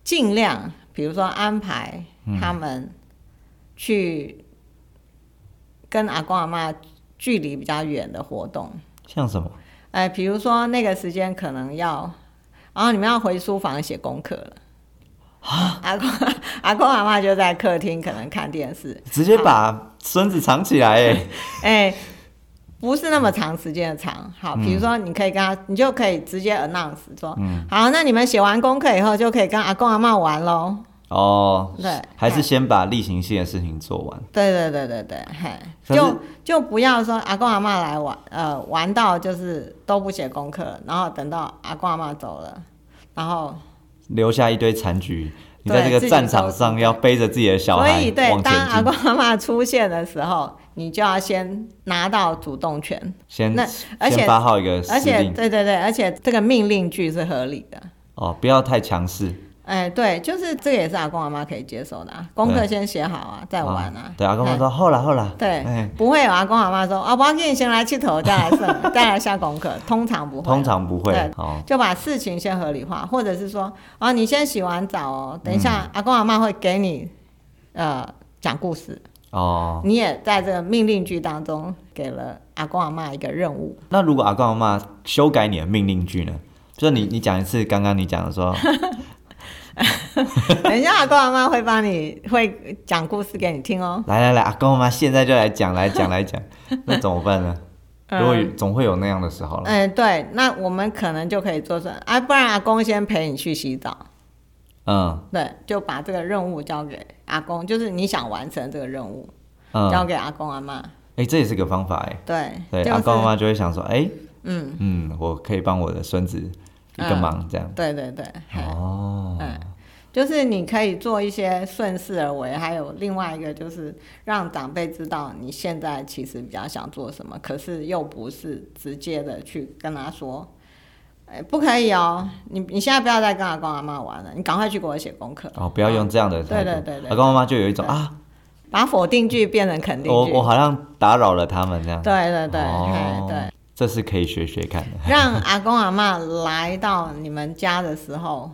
Speaker 2: 尽量比如说安排他们去跟阿公阿妈距离比较远的活动。
Speaker 1: 像什么？
Speaker 2: 哎，比如说那个时间可能要，然后你们要回书房写功课了。阿公 阿公阿妈就在客厅可能看电视，
Speaker 1: 直接把孙子藏起来、哎，
Speaker 2: 哎、不是那么长时间的长。好，比
Speaker 1: 嗯
Speaker 2: 如说你可以跟他，你就可以直接 announce 说，好，那你们写完功课以后就可以跟阿公阿妈玩喽。
Speaker 1: 哦，
Speaker 2: 对
Speaker 1: 还是先把例行性的事情做完，
Speaker 2: 对对对对对，嘿，
Speaker 1: 可是
Speaker 2: 就就不要说阿公阿妈来玩，呃，玩到就是都不写功课，然后等到阿公阿妈走了，然后
Speaker 1: 留下一堆残局，你在这
Speaker 2: 自
Speaker 1: 个
Speaker 2: 己
Speaker 1: 战场
Speaker 2: 照顾
Speaker 1: 上要背着自己的小
Speaker 2: 所
Speaker 1: 孩
Speaker 2: 以对，
Speaker 1: 往
Speaker 2: 当阿
Speaker 1: 前
Speaker 2: 公
Speaker 1: 进，
Speaker 2: 阿妈出现的时候，你就要先拿到主动权，
Speaker 1: 先
Speaker 2: 那而且
Speaker 1: 先发号一个
Speaker 2: 而
Speaker 1: 司
Speaker 2: 且
Speaker 1: 令
Speaker 2: 对对对，而且这个命令句是合理的。
Speaker 1: 哦，不要太强势。
Speaker 2: 哎，对，就是这个也是阿公阿妈可以接受的、啊，功课先写好啊，再玩啊。
Speaker 1: 哦对，阿公
Speaker 2: 哎
Speaker 1: 妈说后啦后啦，
Speaker 2: 对，
Speaker 1: 哎，
Speaker 2: 不会有阿公阿妈说啊，我要给你先来剃头，再来上，再来下功课，通常不会，
Speaker 1: 通常不会
Speaker 2: 对
Speaker 1: 哦，
Speaker 2: 就把事情先合理化，或者是说，哦，你先洗完澡哦，等一下、
Speaker 1: 嗯
Speaker 2: 阿公阿妈会给你，呃，讲故事，
Speaker 1: 哦，
Speaker 2: 你也在这个命令句当中给了阿公阿妈一个 任务，
Speaker 1: 那如果阿公阿妈修改你的命令句呢？就是你你讲一次，刚刚你讲的说，
Speaker 2: 等一下阿公阿妈会帮你会讲故事给你听哦。
Speaker 1: 来来来，阿公阿妈现在就来讲来讲来 讲，那怎么办呢？如果有总会有那样的时候了，
Speaker 2: 嗯，对，那我们可能就可以做成，啊，不然阿公先陪你去洗澡，
Speaker 1: 嗯
Speaker 2: 对，就把这个任务交给阿公，就是你想完成这个任务，
Speaker 1: 嗯，
Speaker 2: 交给阿公阿妈，
Speaker 1: 哎，这也是个方法哎。
Speaker 2: 对，
Speaker 1: 对，
Speaker 2: 就是、
Speaker 1: 阿公阿妈就会想说，哎，
Speaker 2: 嗯，
Speaker 1: 嗯，我可以帮我的孙子一个
Speaker 2: 嗯
Speaker 1: 忙，这样。
Speaker 2: 对对对，
Speaker 1: 哦，
Speaker 2: 嗯，就是你可以做一些顺势而为，还有另外一个就是让长辈知道你现在其实比较想做什么，可是又不是直接的去跟他说。哎，不可以哦！你你现在不要再跟阿公阿妈玩了，你赶快去给我写功课，
Speaker 1: 哦，不要用这样的态度。
Speaker 2: 对对对嗯对
Speaker 1: 阿公阿妈就有一种
Speaker 2: 对
Speaker 1: 啊，
Speaker 2: 把否定句变成肯定
Speaker 1: 我
Speaker 2: 句。
Speaker 1: 我好像打扰了他们这样。
Speaker 2: 对对对，哎
Speaker 1: 啊哦
Speaker 2: 对，
Speaker 1: 这是可以学学看的，
Speaker 2: 让阿公阿妈来到你们家的时候，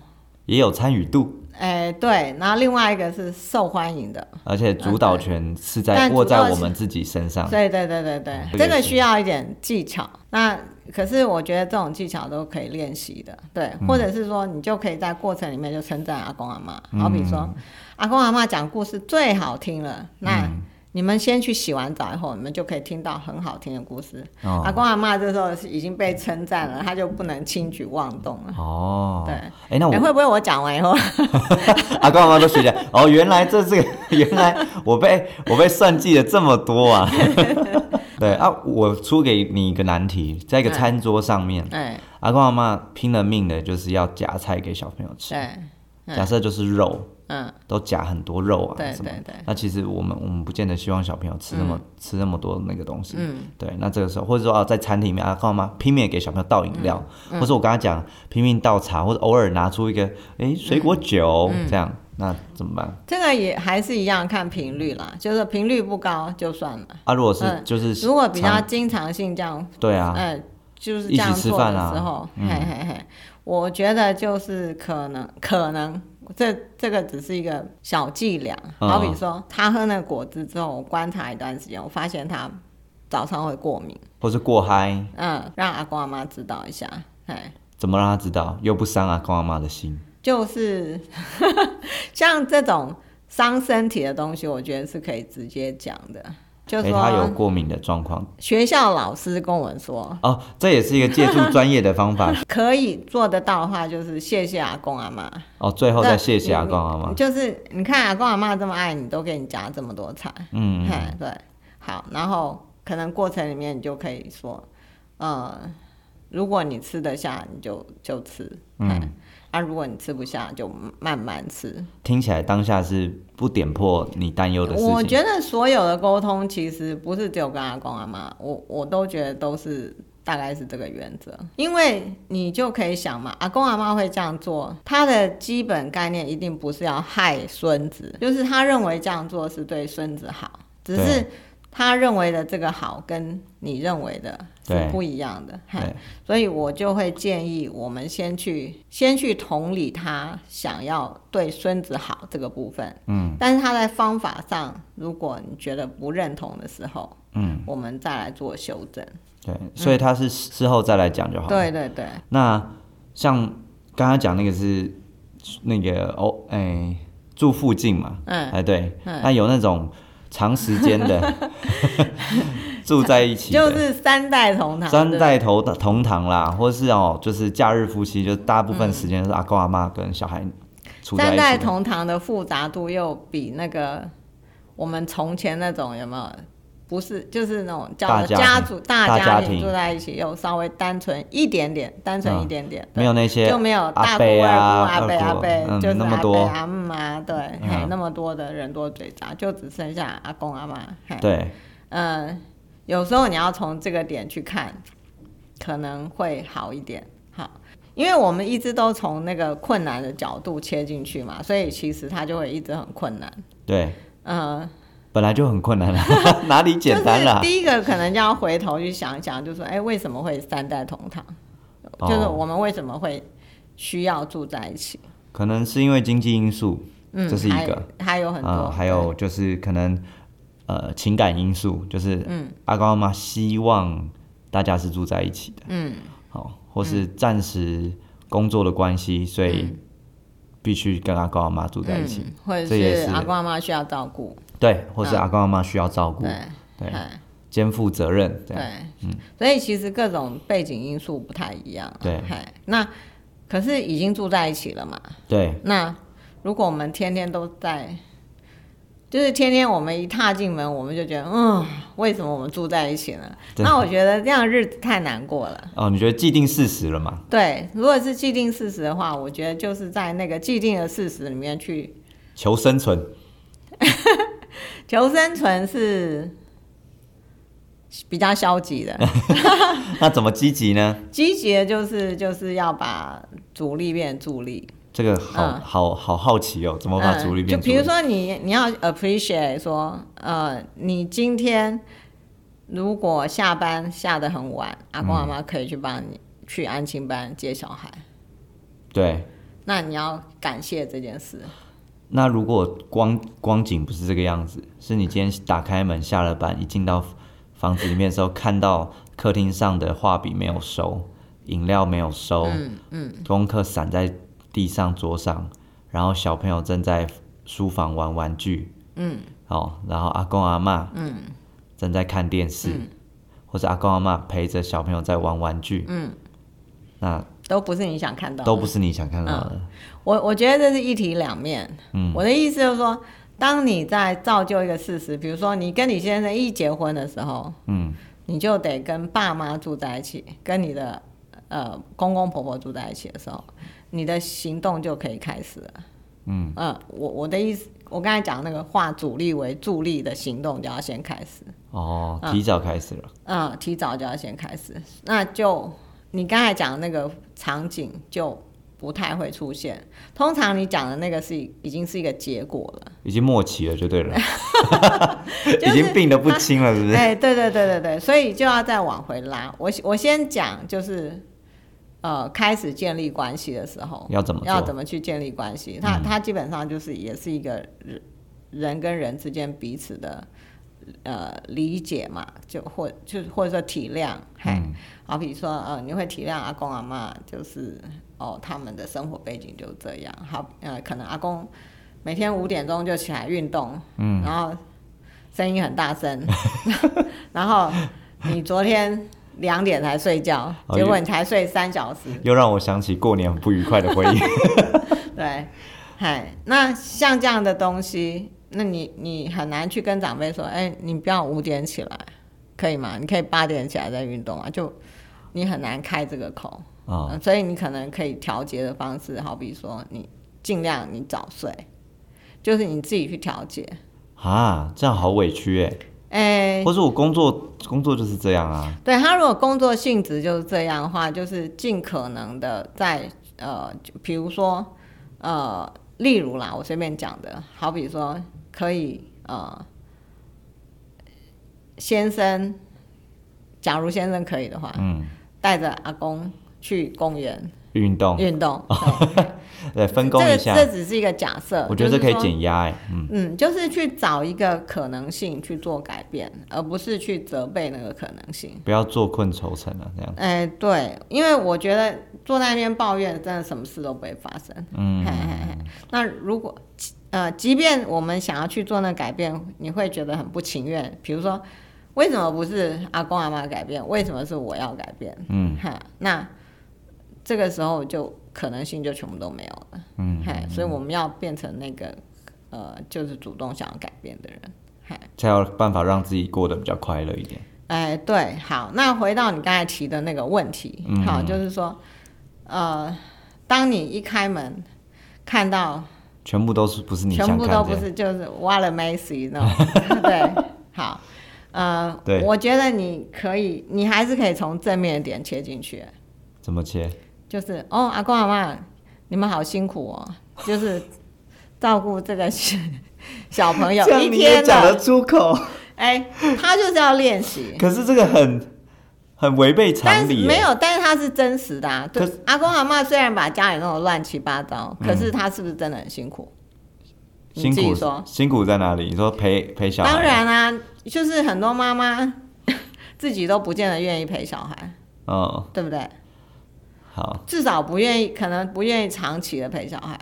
Speaker 1: 也有参与度，
Speaker 2: 哎，对，然后另外一个是受欢迎的，
Speaker 1: 而且主导权是在
Speaker 2: 但主
Speaker 1: 握
Speaker 2: 导
Speaker 1: 在我
Speaker 2: 是
Speaker 1: 们自己身上。
Speaker 2: 对对对对对
Speaker 1: 嗯，
Speaker 2: 这
Speaker 1: 这个
Speaker 2: 个
Speaker 1: 是
Speaker 2: 需要一点技巧。那可是我觉得这种技巧都可以练习的，对，
Speaker 1: 嗯
Speaker 2: 或者是说你就可以在过程里面就称赞阿公阿妈，
Speaker 1: 嗯
Speaker 2: 好比说阿公阿妈讲故事最好听了，那
Speaker 1: 嗯
Speaker 2: 你们先去洗完澡以后，你们就可以听到很好听的故事。
Speaker 1: 哦
Speaker 2: 阿公阿妈这时候是已经被称赞了，他就不能轻举妄动了。
Speaker 1: 哦，
Speaker 2: 对
Speaker 1: 哎，那
Speaker 2: 哎、
Speaker 1: 我
Speaker 2: 会不会我讲完以 后，
Speaker 1: 阿公阿妈都学起来，哦，原来这是个， 原来我被我被算计了这么多 啊。对啊，我出给你一个难题，在一个
Speaker 2: 嗯
Speaker 1: 餐桌上面，
Speaker 2: 哎，
Speaker 1: 阿公阿妈拼了命的就是要夹菜给小朋友吃，
Speaker 2: 对，嗯
Speaker 1: 假设就是肉，
Speaker 2: 嗯，
Speaker 1: 都夹很多肉啊
Speaker 2: 对
Speaker 1: 什么
Speaker 2: 对对。
Speaker 1: 那其实我们我们不见得希望小朋友吃那么、吃那么多那个东西。
Speaker 2: 嗯
Speaker 1: 对，那这个时候或者说啊，在餐厅里面啊，干嘛拼命给小朋友倒饮料，
Speaker 2: 嗯
Speaker 1: 或者我跟他讲拼命倒茶，或者偶尔拿出一个诶水果酒、
Speaker 2: 嗯
Speaker 1: 这样，那怎么办？
Speaker 2: 这个也还是一样看频率啦，就是频率不高就算了。
Speaker 1: 啊，如果是、
Speaker 2: 嗯
Speaker 1: 就是
Speaker 2: 如果比较
Speaker 1: 常
Speaker 2: 经常性这样，
Speaker 1: 对啊，
Speaker 2: 呃，就是这样
Speaker 1: 一
Speaker 2: 做的时候，
Speaker 1: 起吃饭啊嗯
Speaker 2: 嘿嘿嘿，我觉得就是可能可能。这这个只是一个小伎俩，
Speaker 1: 嗯
Speaker 2: 好比说他喝那个果汁之后，我观察一段时间，我发现他早上会过敏，
Speaker 1: 或是过嗨，
Speaker 2: 嗯，让阿公阿妈知道一下，哎，
Speaker 1: 怎么让他知道又不伤阿公阿妈的心？
Speaker 2: 就是 像这种伤身体的东西，我觉得是可以直接讲的。就
Speaker 1: 诶，
Speaker 2: 说、
Speaker 1: 他有过敏的状况
Speaker 2: 学校老师跟我们说，
Speaker 1: 哦，这也是一个借助专业的方 法
Speaker 2: 可以做得到的话，就是谢谢阿公阿妈。
Speaker 1: 哦。最后
Speaker 2: 那
Speaker 1: 再谢谢阿公阿
Speaker 2: 你
Speaker 1: 妈，
Speaker 2: 就是你看阿公阿妈这么爱你，都给你夹这么多菜，
Speaker 1: 嗯，
Speaker 2: 哎、 对，好，然后可能过程里面你就可以说，呃，如果你吃得下，你就就吃，嗯，那、如果你吃不下，就慢慢吃。
Speaker 1: 听起来当下是不点破你担忧的事
Speaker 2: 我
Speaker 1: 情，
Speaker 2: 觉得所有的沟通其实不是只有跟阿公阿妈，我我都觉得都是大概是这个原则，因为你就可以想嘛，阿公阿妈会这样做，他的基本概念一定不是要害孙子，就是他认为这样做是对孙子好，只是
Speaker 1: 对
Speaker 2: 他认为的这个好跟你认为的是
Speaker 1: 对
Speaker 2: 不一样的，嗨
Speaker 1: 对，
Speaker 2: 所以我就会建议我们先去先去同理他想要对孙子好这个部分，嗯，但是他在方法上，如果你觉得不认同的时候，
Speaker 1: 嗯，
Speaker 2: 我们再来做修正。
Speaker 1: 对，所以他是事后再来讲就好。，
Speaker 2: 对对嗯对，
Speaker 1: 那像刚刚讲那个是那个哦，哎，住附近嘛，
Speaker 2: 嗯
Speaker 1: 哎对，那有那种长时间 的住在一起
Speaker 2: 就
Speaker 1: 的。
Speaker 2: 是三代同堂，
Speaker 1: 三
Speaker 2: 对
Speaker 1: 代头同堂啦，或是哦，就是假日夫妻，就大部分时间是阿公阿妈跟小孩处在
Speaker 2: 嗯三
Speaker 1: 一
Speaker 2: 代
Speaker 1: 起的。
Speaker 2: 同堂的复杂度又比那个我们从前那种有没有不是就是那种叫
Speaker 1: 大
Speaker 2: 做
Speaker 1: 家
Speaker 2: 家
Speaker 1: 庭
Speaker 2: 族
Speaker 1: 大
Speaker 2: 大
Speaker 1: 家
Speaker 2: 家庭
Speaker 1: 庭
Speaker 2: 住在一起，又稍微单纯一点点，单纯一
Speaker 1: 嗯
Speaker 2: 点点，
Speaker 1: 没有那些
Speaker 2: 就没有
Speaker 1: 阿
Speaker 2: 大姑
Speaker 1: 伯
Speaker 2: 二
Speaker 1: 啊、
Speaker 2: 姑阿伯阿
Speaker 1: 二姑，
Speaker 2: 伯，
Speaker 1: 嗯，
Speaker 2: 就是
Speaker 1: 那么
Speaker 2: 阿伯
Speaker 1: 多，
Speaker 2: 阿姆啊，对，嘿
Speaker 1: 嗯，
Speaker 2: 那么多的人多嘴杂，就只剩下阿公阿妈，嘿，
Speaker 1: 对，
Speaker 2: 嗯，有时候你要从这个点去看，可能会好一点。好，因为我们一直都从那个困难的角度切进去嘛，所以其实它就会一直很困难。
Speaker 1: 对，
Speaker 2: 嗯，
Speaker 1: 本来就很困难了，啊 哪里
Speaker 2: 就
Speaker 1: 简
Speaker 2: 是
Speaker 1: 单了？
Speaker 2: 第一个可能就要回头去想一想，就说，哎、为什么会三代同堂？
Speaker 1: 哦
Speaker 2: 就是我们为什么会需要住在一起？
Speaker 1: 可能是因为经济因素，
Speaker 2: 嗯，
Speaker 1: 这是一个，
Speaker 2: 还还有很多，
Speaker 1: 嗯，还有就是可能呃情感因素，就是
Speaker 2: 嗯
Speaker 1: 阿公阿妈希望大家是住在一起的，
Speaker 2: 嗯，
Speaker 1: 好、或是暂时工作的关系，所以必须跟阿公阿妈住在一起，
Speaker 2: 嗯，或者
Speaker 1: 这也
Speaker 2: 是
Speaker 1: 是
Speaker 2: 阿公阿妈需要照顾，
Speaker 1: 对，或是
Speaker 2: 嗯
Speaker 1: 阿公阿妈需要照顾，
Speaker 2: 对，
Speaker 1: 对
Speaker 2: 哎
Speaker 1: 肩负责任，这
Speaker 2: 对
Speaker 1: 样，嗯
Speaker 2: 所以其实各种背景因素不太一样啊。
Speaker 1: 对
Speaker 2: 嗨，那可是已经住在一起了嘛？
Speaker 1: 对
Speaker 2: 那如果我们天天都在，就是天天我们一踏进门，我们就觉得，嗯，为什么我们住在一起呢？
Speaker 1: 对
Speaker 2: 那我觉得这样日子太难过了。
Speaker 1: 哦，你觉得既定事实了嘛？
Speaker 2: 对，如果是既定事实的话，我觉得就是在那个既定的事实里面去
Speaker 1: 求生 存，
Speaker 2: 求生存是比较消 极的。
Speaker 1: 那怎么积极呢？
Speaker 2: 积极的就是就是要把阻力变助力，
Speaker 1: 这个好、
Speaker 2: 嗯
Speaker 1: 好好好奇哦，怎么把主力变
Speaker 2: 嗯、就
Speaker 1: 主力
Speaker 2: 比如说你你要 appreciate 说，呃，你今天如果下班下得很晚，阿公阿妈可以去帮你去安亲班接小孩，
Speaker 1: 对，
Speaker 2: 那你要感谢这件事。
Speaker 1: 那如果光光景不是这个样子，是你今天打开门下了班，一进到房子里面的时候，看到客厅上的画笔没有收，饮料没有收，嗯嗯，功课散在地上桌上，然后小朋友正在书房玩玩具，嗯，哦，然后阿公阿妈，嗯，正在看电视，或者阿公阿妈陪着小朋友在玩玩具，嗯，那
Speaker 2: 都不是你想看到的，
Speaker 1: 都不是你想看到的，
Speaker 2: 我我觉得这是一体两面。嗯，我的意思就是说，当你在造就一个事实，比如说你跟你先生一结婚的时候，
Speaker 1: 嗯，
Speaker 2: 你就得跟爸妈住在一起，跟你的呃公公婆婆住在一起的时候，你的行动就可以开始了。嗯我我的意思，我刚才讲那个化阻力为助力的行动就要先开始。
Speaker 1: 哦，提早开始了，
Speaker 2: 嗯，提早就要先开始，那就你刚才讲的那个场景就不太会出现。通常你讲的那个是已经是一个结果了，
Speaker 1: 已经末期了，就对了。
Speaker 2: 就是、
Speaker 1: 已经病得不轻了，是 不是？
Speaker 2: 哎，对对对对对，所以就要再往回拉。我我先讲就是，呃，开始建立关系的时候
Speaker 1: 要怎么做嗯
Speaker 2: 要怎么去建立关系？它它基本上就是也是一个人人跟人之间彼此的呃理解嘛，就或就或者说体谅，嘿，好比说呃，你会体谅阿公阿妈，就是哦他们的生活背景就这样，好呃，可能阿公。每天五点钟就起来运动，嗯，然后声音很大声， 然后你昨天两点才睡觉，
Speaker 1: 哦
Speaker 2: 结果你才睡三小 时，
Speaker 1: 嗯又让我想起过年很不愉快的回忆。
Speaker 2: 对，嗨，那像这样的东西，那你你很难去跟长辈说，哎、你不要五点起来，可以吗？你可以八点起来再运动啊，就你很难开这个口，
Speaker 1: 哦
Speaker 2: 嗯所以你可能可以调节的方式，好比说你尽量你早睡，就是你自己去调节，
Speaker 1: 啊，这样好委屈哎！
Speaker 2: 哎、
Speaker 1: 或是我工作工作就是这样啊，
Speaker 2: 对他如果工作性质就是这样的话，就是尽可能的在呃，就比如说呃，例如啦，我随便讲的，好比说可以呃，先生，假如先生可以的话，
Speaker 1: 嗯，
Speaker 2: 带着阿公去公园
Speaker 1: 运动，
Speaker 2: 运动，对
Speaker 1: 对，哦分工一下
Speaker 2: 这，个这只是一个假设，
Speaker 1: 我觉得这
Speaker 2: 就是
Speaker 1: 可以
Speaker 2: 说
Speaker 1: 减压哎，嗯，
Speaker 2: 嗯，就是去找一个可能性去做改变，而不是去责备那个可能性。
Speaker 1: 不要做困愁城了，这样，
Speaker 2: 哎，对，因为我觉得坐在那边抱怨，真的什么事都不会发生。嘿
Speaker 1: 嗯，
Speaker 2: 嘿嘿那如果呃，即便我们想要去做那改变，你会觉得很不情愿。比如说，为什么不是阿公阿妈改变？为什么是我要改变？
Speaker 1: 嗯，
Speaker 2: 哈，那这个时候就可能性就全部都没有了。
Speaker 1: 嗯
Speaker 2: 嗨，所以我们要变成那个呃，就是主动想要改变的人。嗨，
Speaker 1: 才有办法让自己过得比较快乐一点。
Speaker 2: 哎，对，好，那回到你刚才提的那个问题，
Speaker 1: 嗯
Speaker 2: 好，就是说，呃，当你一开门看到
Speaker 1: 全部都是不是你想
Speaker 2: 全
Speaker 1: 看
Speaker 2: 部
Speaker 1: 的？
Speaker 2: 都不是，就是挖了 Macy 那种，对，好，呃，
Speaker 1: 对
Speaker 2: 我觉得你可以，你还是可以从正面的点切进去，
Speaker 1: 怎么切？
Speaker 2: 就是哦，阿公阿妈，你们好辛苦哦，就是照顾这个小 小朋友
Speaker 1: 这样
Speaker 2: 一
Speaker 1: 你也
Speaker 2: 天
Speaker 1: 讲得
Speaker 2: 的，
Speaker 1: 出口？
Speaker 2: 哎、他就是要练习。
Speaker 1: 可是这个很很违背
Speaker 2: 但
Speaker 1: 常
Speaker 2: 是
Speaker 1: 理耶。
Speaker 2: 没有，但是他是真实的啊。对
Speaker 1: 可，嗯
Speaker 2: 阿公阿妈虽然把家里弄得乱七八糟，可是他是不是真的很辛苦？你
Speaker 1: 辛
Speaker 2: 自己
Speaker 1: 苦
Speaker 2: 说
Speaker 1: 辛苦在哪里？你说陪陪小孩？
Speaker 2: 当然啦、就是很多妈妈 自己都不见得愿意陪小孩，
Speaker 1: 嗯，
Speaker 2: 对不对？
Speaker 1: 好，
Speaker 2: 至少不愿意，可能不愿意长期的陪小孩。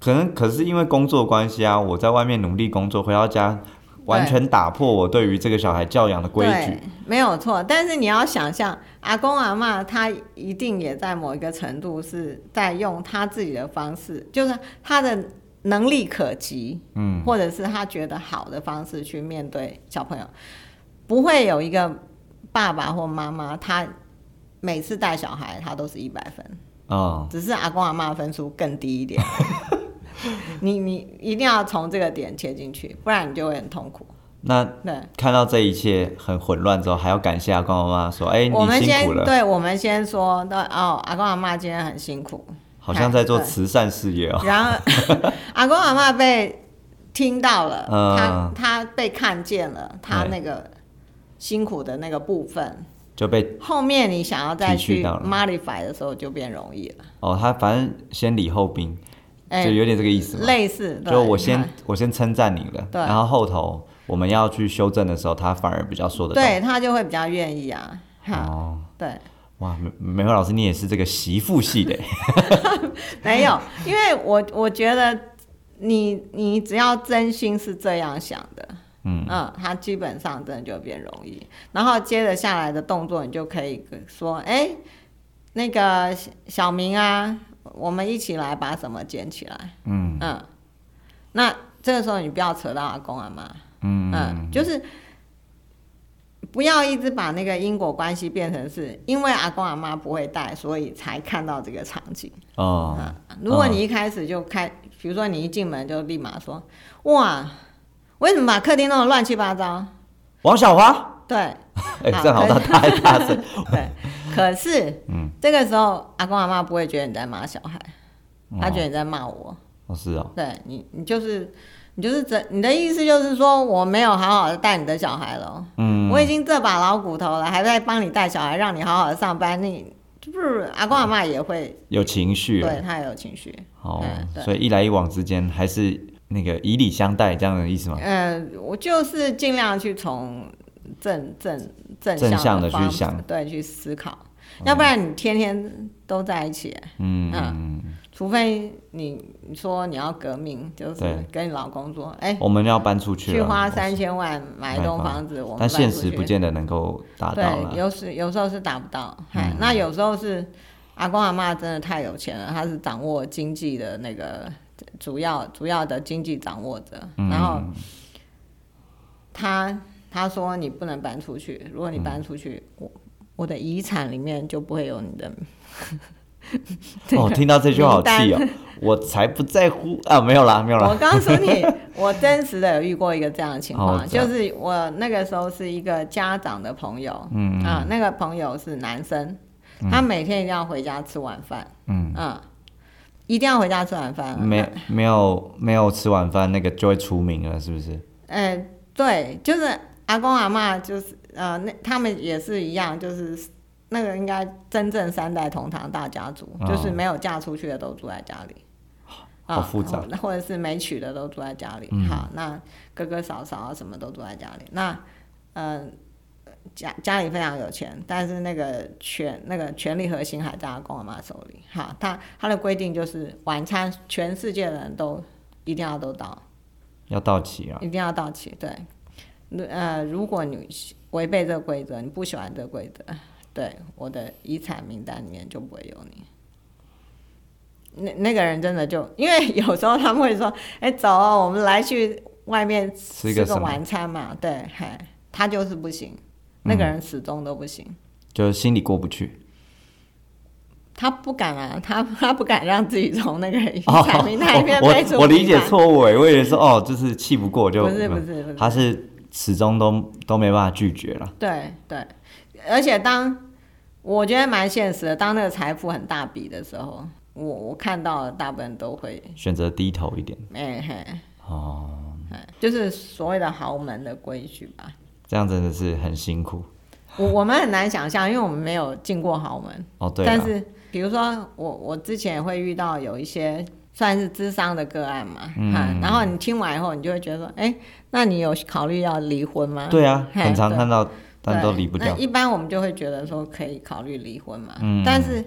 Speaker 1: 可能可是因为工作关系啊，我在外面努力工作，回到家完全打破我对于这个小孩教养的规矩
Speaker 2: 对。，没有错。但是你要想象，阿公阿妈他一定也在某一个程度是在用他自己的方式，就是他的能力可及，嗯，或者是他觉得好的方式去面对小朋友，不会有一个爸爸或妈妈他。每次带小孩，他都是一百分，
Speaker 1: 嗯，
Speaker 2: 只是阿公阿妈分数更低 一点。你你一定要从这个点切进去，不然你就会很痛苦。
Speaker 1: 那
Speaker 2: 对，
Speaker 1: 看到这一切很混乱之后，还要感谢阿公阿妈说：“哎、
Speaker 2: 我们
Speaker 1: 你辛
Speaker 2: 先
Speaker 1: 苦了。
Speaker 2: 对，我们先说，那哦，阿公阿妈今天很辛苦，”
Speaker 1: 好像在做
Speaker 2: 对
Speaker 1: 慈善事业哦。
Speaker 2: 然后阿公阿妈被听到了，
Speaker 1: 嗯哎
Speaker 2: 他他被看见了，他
Speaker 1: 对
Speaker 2: 那个辛苦的那个部分，
Speaker 1: 就被
Speaker 2: 后面你想要再
Speaker 1: 提取
Speaker 2: 去
Speaker 1: 到了
Speaker 2: modify 的时候就变容易了，
Speaker 1: 哦，他反正先礼后兵，
Speaker 2: 哎
Speaker 1: 就有点这个意思嘛。
Speaker 2: 类似
Speaker 1: 就我先
Speaker 2: 对
Speaker 1: 我先称赞你了，
Speaker 2: 对
Speaker 1: 然后后头我们要去修正的时候，他反而比较说得到。
Speaker 2: 对他就会比较愿意啊，哈，
Speaker 1: 哦，
Speaker 2: 对。
Speaker 1: 哇，梅梅花老师，你也是这个媳妇系 的
Speaker 2: 没有，因为我我觉得你你只要真心是这样想的，嗯它基本上真的就变容易。然后接着下来的动作，你就可以说，哎、那个小小明啊，我们一起来把什么捡起来，嗯那这个时候你不要扯到阿公阿妈，嗯就是。不要一直把那个因果关系变成是因为阿公阿妈不会带，所以才看到这个场景。
Speaker 1: 哦。
Speaker 2: 啊，如果你一开始就开，比如说你一进门就立马说，哇，为什么把客厅弄得乱七八糟？
Speaker 1: 王小 华，
Speaker 2: 对
Speaker 1: 哎、
Speaker 2: 好
Speaker 1: 正好他大一 大声，
Speaker 2: 对，可是，嗯，这个时候阿公阿妈不会觉得你在骂小孩，他觉得你在骂我，
Speaker 1: 哦是哦，
Speaker 2: 对你，你就是。你就是这，你的意思就是说我没有好好的带你的小孩了，
Speaker 1: 嗯，
Speaker 2: 我已经这把老骨头了，还在帮你带小孩，让你好好的上班，你这不是阿公阿妈也会，
Speaker 1: 有情绪了，
Speaker 2: 对他也有情绪，
Speaker 1: 哦
Speaker 2: 嗯，对
Speaker 1: 所以一来一往之间还是那个以礼相待这样的意思吗？
Speaker 2: 嗯，我就是尽量去从正正正
Speaker 1: 正向
Speaker 2: 的
Speaker 1: 地去
Speaker 2: 方
Speaker 1: 想
Speaker 2: 对，去思考，要不然你天天都在一起，
Speaker 1: 嗯，
Speaker 2: 除非你你说你要革命，就是
Speaker 1: 对
Speaker 2: 跟你老公说，哎、
Speaker 1: 我们要搬出去了，
Speaker 2: 去花三千万买一
Speaker 1: 买
Speaker 2: 栋
Speaker 1: 房
Speaker 2: 房子，我们
Speaker 1: 但
Speaker 2: 搬
Speaker 1: 现
Speaker 2: 出
Speaker 1: 实
Speaker 2: 去
Speaker 1: 不见得能够达到
Speaker 2: 对，
Speaker 1: 了，嗯
Speaker 2: 有时有时候是达不到，哎、那有时候是阿公阿妈真的太有钱了，他是掌握经济的那个主要主要的经济掌握者，
Speaker 1: 嗯
Speaker 2: 然后他他说你不能搬出去，如果
Speaker 1: 嗯
Speaker 2: 你搬出去，我我的遗产里面就不会有你的这个
Speaker 1: 哦，听到这句话好
Speaker 2: 名单
Speaker 1: 气哦，我才不在乎啊，没有啦，没有啦，
Speaker 2: 我告诉 你，我真实的有遇过一个这样的情况，
Speaker 1: 哦这
Speaker 2: 就
Speaker 1: 样
Speaker 2: 是我那个时候是一个家长的朋友，嗯啊，那个朋友是男生，
Speaker 1: 嗯
Speaker 2: 他每天一定要回家吃晚饭，嗯一定要回家吃晚饭，
Speaker 1: 没没有没有吃晚饭那个就会出名了，是不是？
Speaker 2: 嗯、对，就是阿公阿妈，就是呃，那他们也是一样，就是那个应该真正三代同堂大家族，
Speaker 1: 哦
Speaker 2: 就是没有嫁出去的都住在家里。啊
Speaker 1: 好复杂，嗯
Speaker 2: 或者是没娶的都住在家里。好，那哥哥嫂嫂啊什么都住在家里。那呃，家家里非常有钱，但是那个权那个权力核心还在阿公阿妈手里。好，他他的规定就是晚餐全世界的人都一定要都到，
Speaker 1: 要到齐啊，
Speaker 2: 一定要到齐。对，如呃，如果你违背这个规则，你不喜欢这个规则，对我的遗产名单里面就不会有你。啊那那个人真的就，因为有时候他们会说：“哎、走、哦，我们来去外面
Speaker 1: 吃
Speaker 2: 吃
Speaker 1: 个什
Speaker 2: 个
Speaker 1: 么
Speaker 2: 晚餐嘛，对，嗨，他就是不行，
Speaker 1: 嗯
Speaker 2: 那个人始终都不行，
Speaker 1: 就是心里过不去。
Speaker 2: 他不敢啊，他他不敢让自己 从那个渔
Speaker 1: 哦，
Speaker 2: 产名单里面被
Speaker 1: 我
Speaker 2: 除
Speaker 1: 我理解
Speaker 2: 名单，
Speaker 1: 错误哎，我以为是哦，就是气不过就嗯
Speaker 2: 不是不是不是，
Speaker 1: 他是始终都都没办法拒绝了。
Speaker 2: 对对，而且当我觉得蛮现实的，当那个财富很大笔的时候，我我看到的大部分都会，
Speaker 1: 选择低头一点
Speaker 2: 哎嘿，
Speaker 1: 哦，
Speaker 2: 哎就是所谓的豪门的规矩吧。
Speaker 1: 这样真的是很辛苦
Speaker 2: 我我们很难想象，因为我们没有进过豪门。
Speaker 1: 哦。对
Speaker 2: 但
Speaker 1: 了，
Speaker 2: 是比如说我我之前也会遇到有一些算是智商的个案嘛，哈，然后你听完以后，你就会觉得说，哎、那你有考虑要离婚吗？
Speaker 1: 对啊，
Speaker 2: 嘿
Speaker 1: 很常
Speaker 2: 对
Speaker 1: 看到，但都
Speaker 2: 对
Speaker 1: 离不掉
Speaker 2: 那。一般我们就会觉得说可以考虑离婚嘛，
Speaker 1: 嗯
Speaker 2: 但是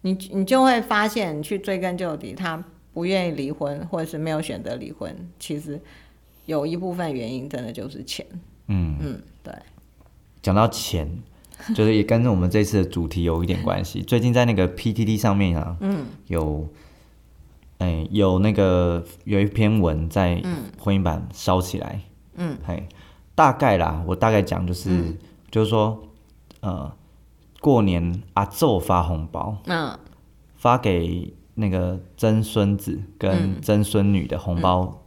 Speaker 2: 你你就会发现，你去追根究底，他不愿意离婚，或者是没有选择离婚，其实有一部分原因真的就是钱。
Speaker 1: 嗯，
Speaker 2: 嗯，对，
Speaker 1: 讲到钱， 就是也跟我们这次的主题有一点关系。最近在那个 PTT 上面啊，嗯，有，哎、有那个有一篇文在婚姻版烧起来，嗯，嘿，大概啦，我大概讲就是，就是说，呃，过年阿昼发红包，
Speaker 2: 那
Speaker 1: 发给那个曾孙子跟曾孙女的红包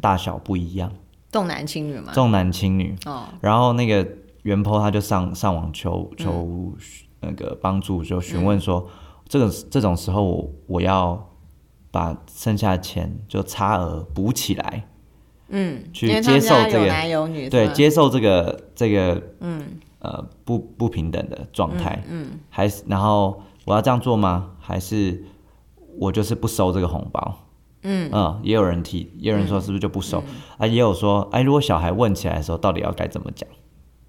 Speaker 1: 大小不一样，
Speaker 2: 重男轻女嘛，
Speaker 1: 重男轻女。
Speaker 2: 哦，嗯
Speaker 1: 然后那个袁坡他就上上网求求那个帮助，就询问说，这个这种时候我我要把剩下的钱就差额补起来，
Speaker 2: 嗯，
Speaker 1: 去
Speaker 2: 因为他们
Speaker 1: 接受
Speaker 2: 家
Speaker 1: 这个
Speaker 2: 有男有女，
Speaker 1: 对，
Speaker 2: 是吧
Speaker 1: 接受这个这个嗯呃不不平等的状态，嗯，还是然后我要这样做吗？还是我就是不收这个红包？嗯也有人提，也有人说是不是就不收、啊？也有说，哎，如果小孩问起来的时候，到底要该怎么讲？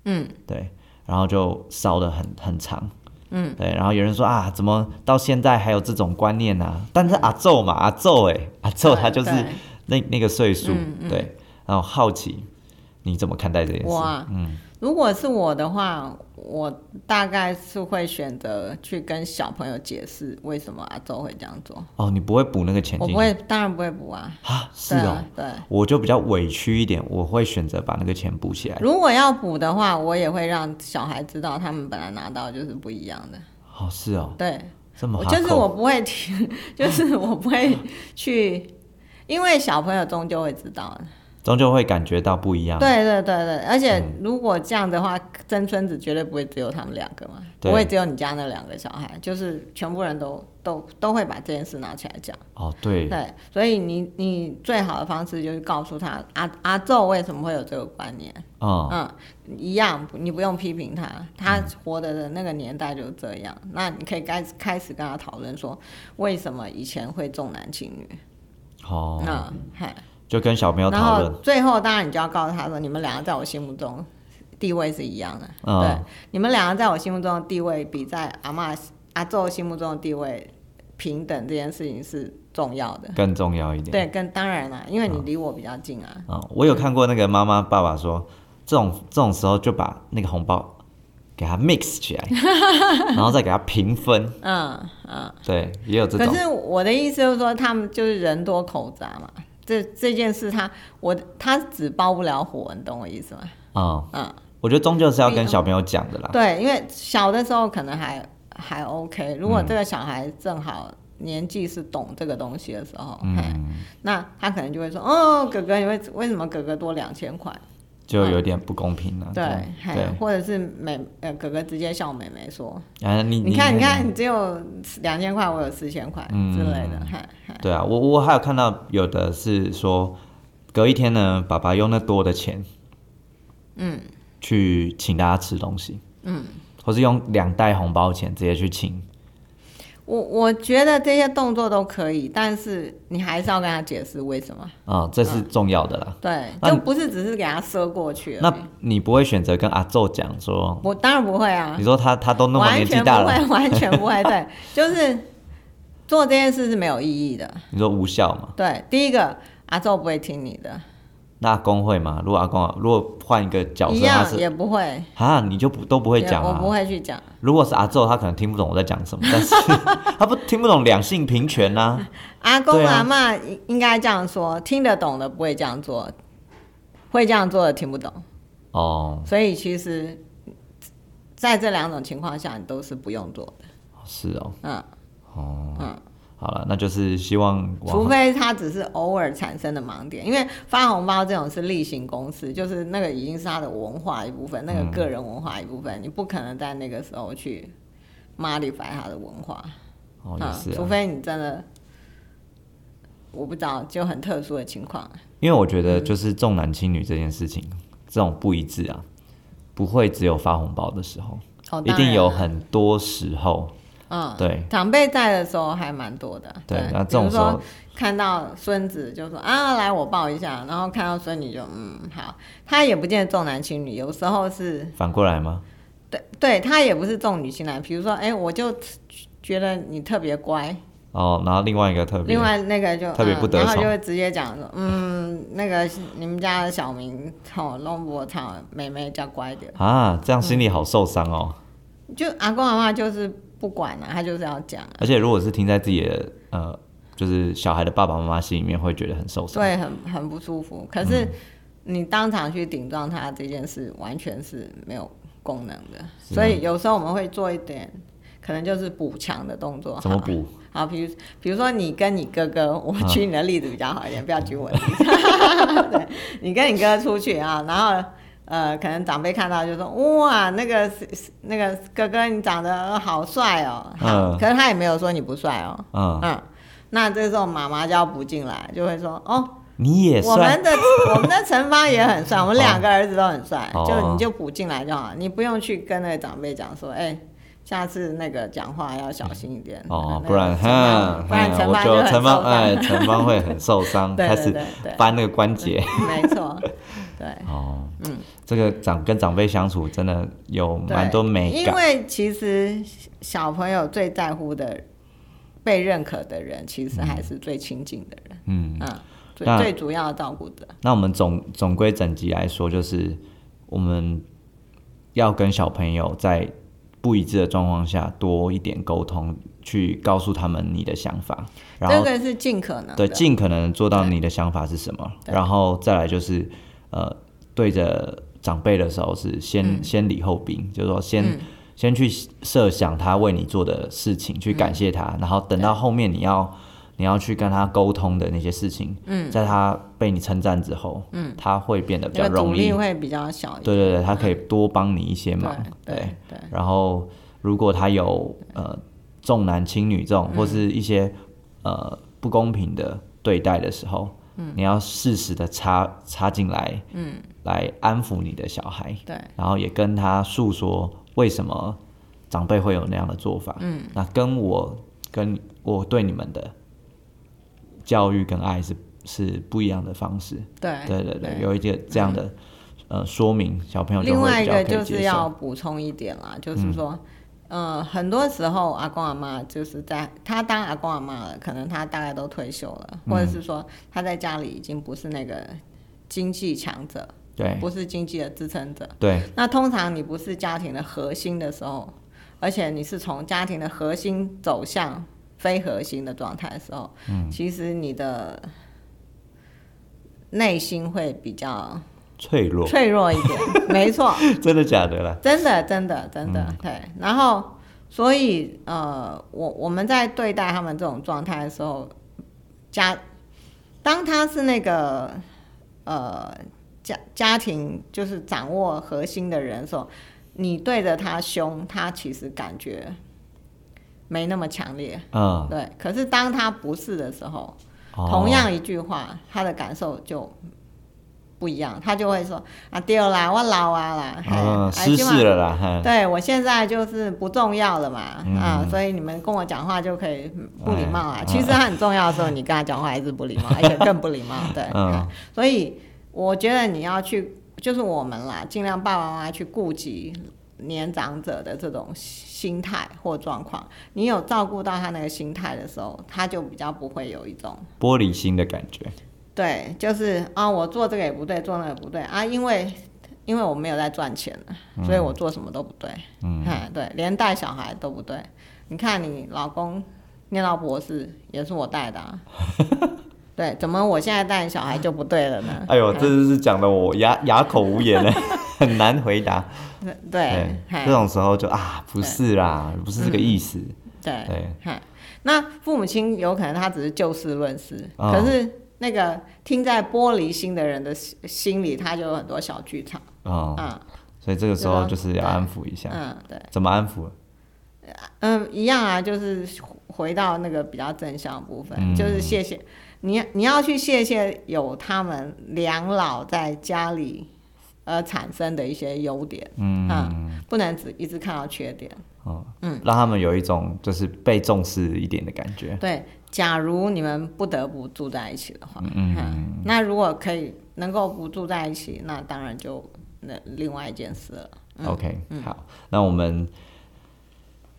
Speaker 1: 嗯，对，然后就烧的很很长。嗯，对，然后有人说啊，怎么到现在还有这种观念啊？但是阿昼嘛，阿昼哎，阿昼他就是
Speaker 2: 对
Speaker 1: 那那个岁数，
Speaker 2: 嗯
Speaker 1: 对，然后好奇你怎么看待这件事？
Speaker 2: 我啊，
Speaker 1: 嗯
Speaker 2: 如果是我的话，我大概是会选择去跟小朋友解释为什么阿周会这样做。
Speaker 1: 哦，你不会补那个钱
Speaker 2: 我
Speaker 1: 进
Speaker 2: 不
Speaker 1: 去
Speaker 2: 会，当然不会补啊。
Speaker 1: 啊？是
Speaker 2: 对
Speaker 1: 哦
Speaker 2: 啊，，对。
Speaker 1: 我就比较委屈一点，我会选择把那个钱补起来。
Speaker 2: 如果要补的话，我也会让小孩知道他们本来拿到就是不一样的。
Speaker 1: 哦，是哦，
Speaker 2: 对，
Speaker 1: 这么
Speaker 2: 我
Speaker 1: 哈
Speaker 2: 就是
Speaker 1: 扣
Speaker 2: 我不会提， 就是我不会去，因为小朋友终究会知道的。
Speaker 1: 终究会感觉到不一样。
Speaker 2: 对对对对，而且
Speaker 1: 嗯
Speaker 2: 如果这样的话，曾孙子绝对不会只有他们两个嘛，
Speaker 1: 对
Speaker 2: 不会只有你家那两个小孩，就是全部人都都都会把这件事拿起来讲。
Speaker 1: 哦，对，
Speaker 2: 对，所以你你最好的方式就是告诉他阿阿宙为什么会有这个观念，
Speaker 1: 哦，
Speaker 2: 嗯，一样，你不用批评他，他
Speaker 1: 嗯
Speaker 2: 活的的那个年代就是这样。那你可以开始开始跟他讨论说，为什么以前会重男轻女？
Speaker 1: 哦，
Speaker 2: 嗯，嗨。
Speaker 1: 就跟小朋友
Speaker 2: 然
Speaker 1: 讨
Speaker 2: 后
Speaker 1: 论，
Speaker 2: 最后，当然你就要告诉他说，你们两个在我心目中地位是一样的。
Speaker 1: 嗯
Speaker 2: 对，你们两个在我心目中的地位比在阿嬷阿宙心目中的地位平等这件事情是重要的。
Speaker 1: 更重要一点。
Speaker 2: 对，跟当然啦、因为你离我比较近啊。
Speaker 1: 啊、我有看过那个妈妈爸爸说，这种这种时候就把那个红包给它 mix 起来，然后再给它平分。
Speaker 2: 嗯嗯。
Speaker 1: 对，也啊有这
Speaker 2: 可
Speaker 1: 种
Speaker 2: 是我的意思就是说，他们就是人多口杂嘛。这这件事他，我他只包不了火，你懂我意思吗？
Speaker 1: 啊、
Speaker 2: 嗯，
Speaker 1: 我觉得终究是要跟小朋友讲的啦。
Speaker 2: 对，因为小的时候可能还还 OK，
Speaker 1: 嗯
Speaker 2: 如果这个小孩正好年纪是懂这个东西的时候，嘿
Speaker 1: 嗯，
Speaker 2: 那他可能就会说：“哦，哥哥，你为为什么哥哥多两千块
Speaker 1: 就有点不公平了。？”
Speaker 2: 嗯对，嘿
Speaker 1: 对，
Speaker 2: 或者是妹呃哥哥直接笑妹妹说
Speaker 1: 啊，你：“
Speaker 2: 你看，你看，你只有两千块，我有四千块
Speaker 1: 嗯
Speaker 2: 之类的。”嘿，嘿
Speaker 1: 对啊，我我还有看到有的是说，隔一天呢，爸爸用那多的钱，嗯，去请大家吃东西，嗯，或是用两袋红包钱直接去请，
Speaker 2: 我我觉得这些动作都可以，但是你还是要跟他解释为什么。
Speaker 1: 啊、这
Speaker 2: 嗯
Speaker 1: 是重要的啦。
Speaker 2: 对，
Speaker 1: 那
Speaker 2: 就
Speaker 1: 你
Speaker 2: 不是只是给他赊过去而已。
Speaker 1: 那你不会选择跟阿宙讲说，
Speaker 2: 我当然不会啊
Speaker 1: 你，说他他都那么
Speaker 2: 完
Speaker 1: 年纪
Speaker 2: 全
Speaker 1: 大
Speaker 2: 不
Speaker 1: 了，
Speaker 2: 会， 完全不会。对，就是做这件事是没有意义的。
Speaker 1: 你说无效嘛？
Speaker 2: 对，第一个阿宙不会听你的，
Speaker 1: 那阿公会吗？如果阿公如果换一个角
Speaker 2: 一
Speaker 1: 色，他
Speaker 2: 样
Speaker 1: 是
Speaker 2: 也不会，
Speaker 1: 啊，你就不都不会
Speaker 2: 也
Speaker 1: 讲
Speaker 2: 我
Speaker 1: 啊
Speaker 2: 不。会去讲。
Speaker 1: 如果是阿宙，他可能听不懂我在讲什么， 但是他不听不懂两性平权呐、
Speaker 2: 阿公
Speaker 1: 对啊
Speaker 2: 阿妈应应该这样说，听得懂的不会这样做，会这样做的听不懂。
Speaker 1: 哦，
Speaker 2: 所以其实，在这两种情况下，你都是不用做的。
Speaker 1: 是哦，
Speaker 2: 嗯
Speaker 1: 哦，
Speaker 2: 嗯，
Speaker 1: 好了，那就是希望
Speaker 2: 除
Speaker 1: 往
Speaker 2: 非他只是偶尔产生的盲点，因为发红包这种是例行公事，就是那个已经是他的文化一部分，那
Speaker 1: 嗯
Speaker 2: 个个人文化一部分，你不可能在那个时候去 modify 他的文化。
Speaker 1: 哦也
Speaker 2: 嗯
Speaker 1: 是、
Speaker 2: 除
Speaker 1: 啊，
Speaker 2: 非你真的，我不知道，就很特殊的情况。
Speaker 1: 因为我觉得就是重男轻女这件事情，这种不一致啊，不会只有发红包的时候，
Speaker 2: 哦，
Speaker 1: 一
Speaker 2: 当然
Speaker 1: 定有
Speaker 2: 啊
Speaker 1: 很多时候，
Speaker 2: 嗯，
Speaker 1: 对
Speaker 2: 长辈在的时候还蛮多的。
Speaker 1: 对，那这
Speaker 2: 比
Speaker 1: 种
Speaker 2: 如
Speaker 1: 时候
Speaker 2: 说看到孙子就说啊，来我抱一下，然后看到孙女就嗯好，他也不见得重男轻女，有时候是
Speaker 1: 反过来吗？
Speaker 2: 对对，他也不是重女轻男。比如说，哎，我就觉得你特别乖，
Speaker 1: 哦，然后另外一个特别
Speaker 2: 另外那个就
Speaker 1: 特别不得
Speaker 2: 嗯，然
Speaker 1: 手
Speaker 2: 后就会直接讲说，嗯，那个你们家的小明哦，弄我操，妹妹叫乖点，
Speaker 1: 啊，这样心里好受伤哦。
Speaker 2: 就阿公阿妈就是不管了、他就是要讲啊，
Speaker 1: 而且如果是听在自己的呃，就是小孩的爸爸妈妈心里面，会觉得很受伤。
Speaker 2: 对，很很不舒服。可是你当场去顶撞他这件事，完全是没有功能的。
Speaker 1: 是
Speaker 2: 所以有时候我们会做一点，可能就是补强的动作。
Speaker 1: 怎么
Speaker 2: 好吧？
Speaker 1: 补？
Speaker 2: 好，比如比如说你跟你哥哥，我
Speaker 1: 啊
Speaker 2: 举你的例子比较好一点，不要举我的 例子。对，你跟你哥出去啊，然后。呃，可能长辈看到就说：“哇，那个是是那个哥哥你长得好帅哦。”好，
Speaker 1: 嗯
Speaker 2: 可是他也没有说你不帅哦。
Speaker 1: 嗯，
Speaker 2: 嗯，那这时候妈妈就要补进来，就会说：“哦，
Speaker 1: 你也
Speaker 2: 我
Speaker 1: 算
Speaker 2: 们的我们的陈芳也很帅，我们两个儿子都很帅，
Speaker 1: 哦
Speaker 2: 就你就补进来就好，你不用去跟那个长辈讲说，哎、下次那个讲话要小心一点
Speaker 1: 哦，
Speaker 2: 那个
Speaker 1: 不然
Speaker 2: 陈芳
Speaker 1: 哼，
Speaker 2: 不然
Speaker 1: 哼
Speaker 2: 陈
Speaker 1: 我
Speaker 2: 芳就
Speaker 1: 就
Speaker 2: 很
Speaker 1: 陈芳
Speaker 2: 受伤。
Speaker 1: 哎，陈芳会很受伤，
Speaker 2: 对
Speaker 1: 开
Speaker 2: 对
Speaker 1: 始
Speaker 2: 对对，
Speaker 1: 掰那个关节。
Speaker 2: 没错，对。
Speaker 1: 哦，嗯，这个长跟长辈相处真的有
Speaker 2: 对
Speaker 1: 蛮多 美
Speaker 2: 因
Speaker 1: 感。
Speaker 2: 为其实小朋友最在乎的、被认可的人，其实还是最亲近的人，
Speaker 1: 嗯，
Speaker 2: 嗯，最
Speaker 1: 那
Speaker 2: 最主要的照顾者。
Speaker 1: 那我们总总归整集来说，就是我们要跟小朋友在不一致的状况下多一点沟通，去告诉他们你的想法，然
Speaker 2: 这
Speaker 1: 后
Speaker 2: 个是尽可能
Speaker 1: 对，
Speaker 2: 的，
Speaker 1: 尽可能做到你的想法是什么，
Speaker 2: 对
Speaker 1: 然后再来就是呃，对着长辈的时候是先、
Speaker 2: 嗯
Speaker 1: 先礼后兵，就是说先、先去设想他为你做的事情，去感谢他，
Speaker 2: 嗯
Speaker 1: 然后等到后面你要你要去跟他沟通的那些事情，嗯，在他被你称赞之后，嗯，他会变得比较
Speaker 2: 那个阻
Speaker 1: 容易
Speaker 2: 力，会比较小一点。
Speaker 1: 对对对，他可以多帮你一些忙，
Speaker 2: 对对对
Speaker 1: 然后如果他有呃重男轻女这
Speaker 2: 嗯
Speaker 1: 种，或是一些呃不公平的对待的时候，
Speaker 2: 嗯
Speaker 1: 你要适时的插插进来，嗯，来安抚你的小孩，
Speaker 2: 对
Speaker 1: 然后也跟他诉说为什么长辈会有那样的做法，嗯，那跟我跟我对你们的教育跟爱是是不一样的方式，
Speaker 2: 对嗯
Speaker 1: 对对对，有一些这样的、呃说明，小朋友就
Speaker 2: 另
Speaker 1: 会
Speaker 2: 外一
Speaker 1: 比较
Speaker 2: 个
Speaker 1: 可
Speaker 2: 就
Speaker 1: 以
Speaker 2: 是
Speaker 1: 接
Speaker 2: 要
Speaker 1: 受。嗯
Speaker 2: 补充一点啦，就是说，呃，很多时候阿公阿妈就是在他当阿公阿妈了，可能他大概都退休了，或者
Speaker 1: 嗯
Speaker 2: 是说他在家里已经不是那个经济强者，
Speaker 1: 对
Speaker 2: 不是经济的支撑者。
Speaker 1: 对，
Speaker 2: 那通常你不是家庭的核心的时候，而且你是从家庭的核心走向非核心的状态的时候，嗯，其实你的内心会比较
Speaker 1: 脆弱，
Speaker 2: 脆弱一点，没错。
Speaker 1: 真的假的啦？
Speaker 2: 真的，真的，真
Speaker 1: 嗯
Speaker 2: 的，对。然后，所以呃，我我们在对待他们这种状态的时候，家当他是那个呃家家庭就是掌握核心的人的时候，你对着他凶，他其实感觉没那么强烈，
Speaker 1: 嗯，
Speaker 2: 对。可是当他不是的时候，
Speaker 1: 哦
Speaker 2: 同样一句话，他的感受就不一样，他就会说啊，丢啦，我老啊啦，嘿
Speaker 1: 嗯，
Speaker 2: 啊
Speaker 1: 失
Speaker 2: 今晚
Speaker 1: 事了啦，哈，
Speaker 2: 对我现在就是不重要了嘛，
Speaker 1: 嗯
Speaker 2: 啊，所以你们跟我讲话就可以不礼貌啊
Speaker 1: 哎。
Speaker 2: 其实他很重要的时候，你跟他讲话还是不礼 貌，而且更不礼貌。对，
Speaker 1: 嗯
Speaker 2: 所以我觉得你要去，就是我们啦，尽量爸爸妈妈去顾及年长者的这种心态或状况。你有照顾到他那个心态的时候，他就比较不会有一种
Speaker 1: 玻璃心的感觉，
Speaker 2: 对，就是啊，我做这个也不对，做那个也不对啊，因为因为我没有在赚钱了，所以我做什么都不对， 嗯，对，连带小孩都不对。你看你老公念到博士也是我带 的、啊，对，怎么我现在带小孩就不对了呢？
Speaker 1: 哎呦，这就是讲的我哑 哑口无言 了，很难回答。
Speaker 2: 对对，嘿
Speaker 1: 这种时候就啊，不是啦，不是这个意思。
Speaker 2: 嗯对
Speaker 1: 对，
Speaker 2: 嗨，那父母亲有可能他只是就事论事，
Speaker 1: 哦
Speaker 2: 可是那个听在玻璃心的人的心心里，他就有很多小剧场。
Speaker 1: 哦，
Speaker 2: 嗯
Speaker 1: 所以这个时候就是要安抚一下，
Speaker 2: 嗯，对，
Speaker 1: 怎么安抚？
Speaker 2: 嗯，一样啊，就是回到那个比较正向的部分，
Speaker 1: 嗯
Speaker 2: 就是谢谢你，你要去谢谢有他们两老在家里呃产生的一些优点，
Speaker 1: 嗯，
Speaker 2: 嗯，不能只一直看到缺点。
Speaker 1: 哦，嗯，让他们有一种就是被重视一点的感觉。
Speaker 2: 对，假如你们不得不住在一起的话，
Speaker 1: 嗯
Speaker 2: 嗯，那如果可以能够不住在一起，那当然就那另外一件事了。
Speaker 1: OK，、好，
Speaker 2: 嗯
Speaker 1: 那我们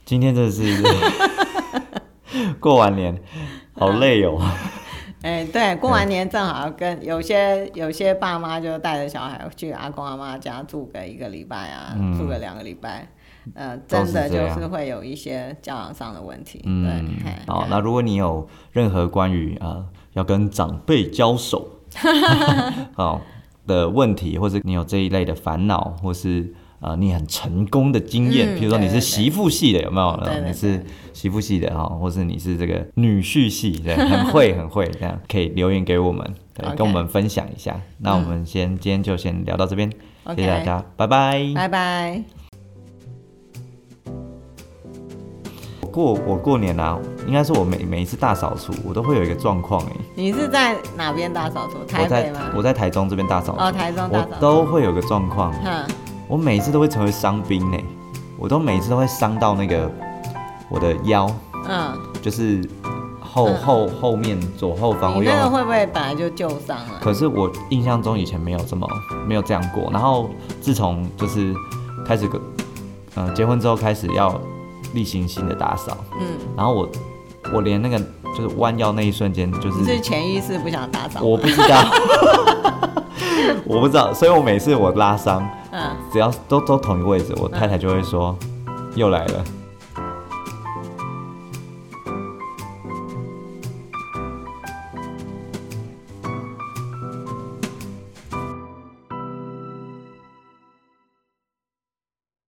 Speaker 1: 今天真的是 过完年，好累哦。
Speaker 2: 哎，对，过完年正好跟有些有些爸妈就带着小孩去阿公阿妈家住个一个礼拜啊，住个两个礼拜，呃，
Speaker 1: 嗯都
Speaker 2: 真
Speaker 1: 是
Speaker 2: 的
Speaker 1: 这
Speaker 2: 就
Speaker 1: 样
Speaker 2: 是会有一些教养上的问题。
Speaker 1: 嗯
Speaker 2: 对，嘿，
Speaker 1: 好，那如果你有任何关于呃要跟长辈交手 好的问题，或者你有这一类的烦恼，或是呃你很成功的经验，
Speaker 2: 嗯
Speaker 1: 譬如说你
Speaker 2: 对
Speaker 1: 是
Speaker 2: 对对
Speaker 1: 媳妇系的，有没有？呃
Speaker 2: 对对对
Speaker 1: 你是媳妇系的哈，或是你是这个女婿系，对，很会很会，这样可以留言给我们，对
Speaker 2: OK
Speaker 1: 跟我们分享一下。那我们先、今天就先聊到这边
Speaker 2: OK
Speaker 1: 谢谢大家，拜拜。
Speaker 2: 拜拜。
Speaker 1: 我过我过年啊，应该说我每每一次大扫除，我都会有一个状况哎。
Speaker 2: 你是在哪边大扫除？
Speaker 1: 我
Speaker 2: 台
Speaker 1: 在
Speaker 2: 北吗？
Speaker 1: 我在台中这边大扫除，
Speaker 2: 哦台中大扫除
Speaker 1: 我都会有个状况，
Speaker 2: 哼，
Speaker 1: 我每次都会成为伤兵呢，我都每次都会伤到那个我的腰，
Speaker 2: 嗯，
Speaker 1: 就是后、
Speaker 2: 嗯
Speaker 1: 后后面左后方
Speaker 2: 你
Speaker 1: 我
Speaker 2: 那个
Speaker 1: 有。
Speaker 2: 会不会本来就旧伤啊了？
Speaker 1: 可是我印象中以前没有这么没有这样过，然后自从就是开始个，呃，结婚之后开始要例行性的打扫，
Speaker 2: 嗯，
Speaker 1: 然后我我连那个就是弯腰那一瞬间就是
Speaker 2: 你是潜意识不想打扫？
Speaker 1: 我不知 道，我不知道，所以我每次我拉伤，
Speaker 2: 嗯，
Speaker 1: 只要都都同一个位置，我太太就会说、又来了，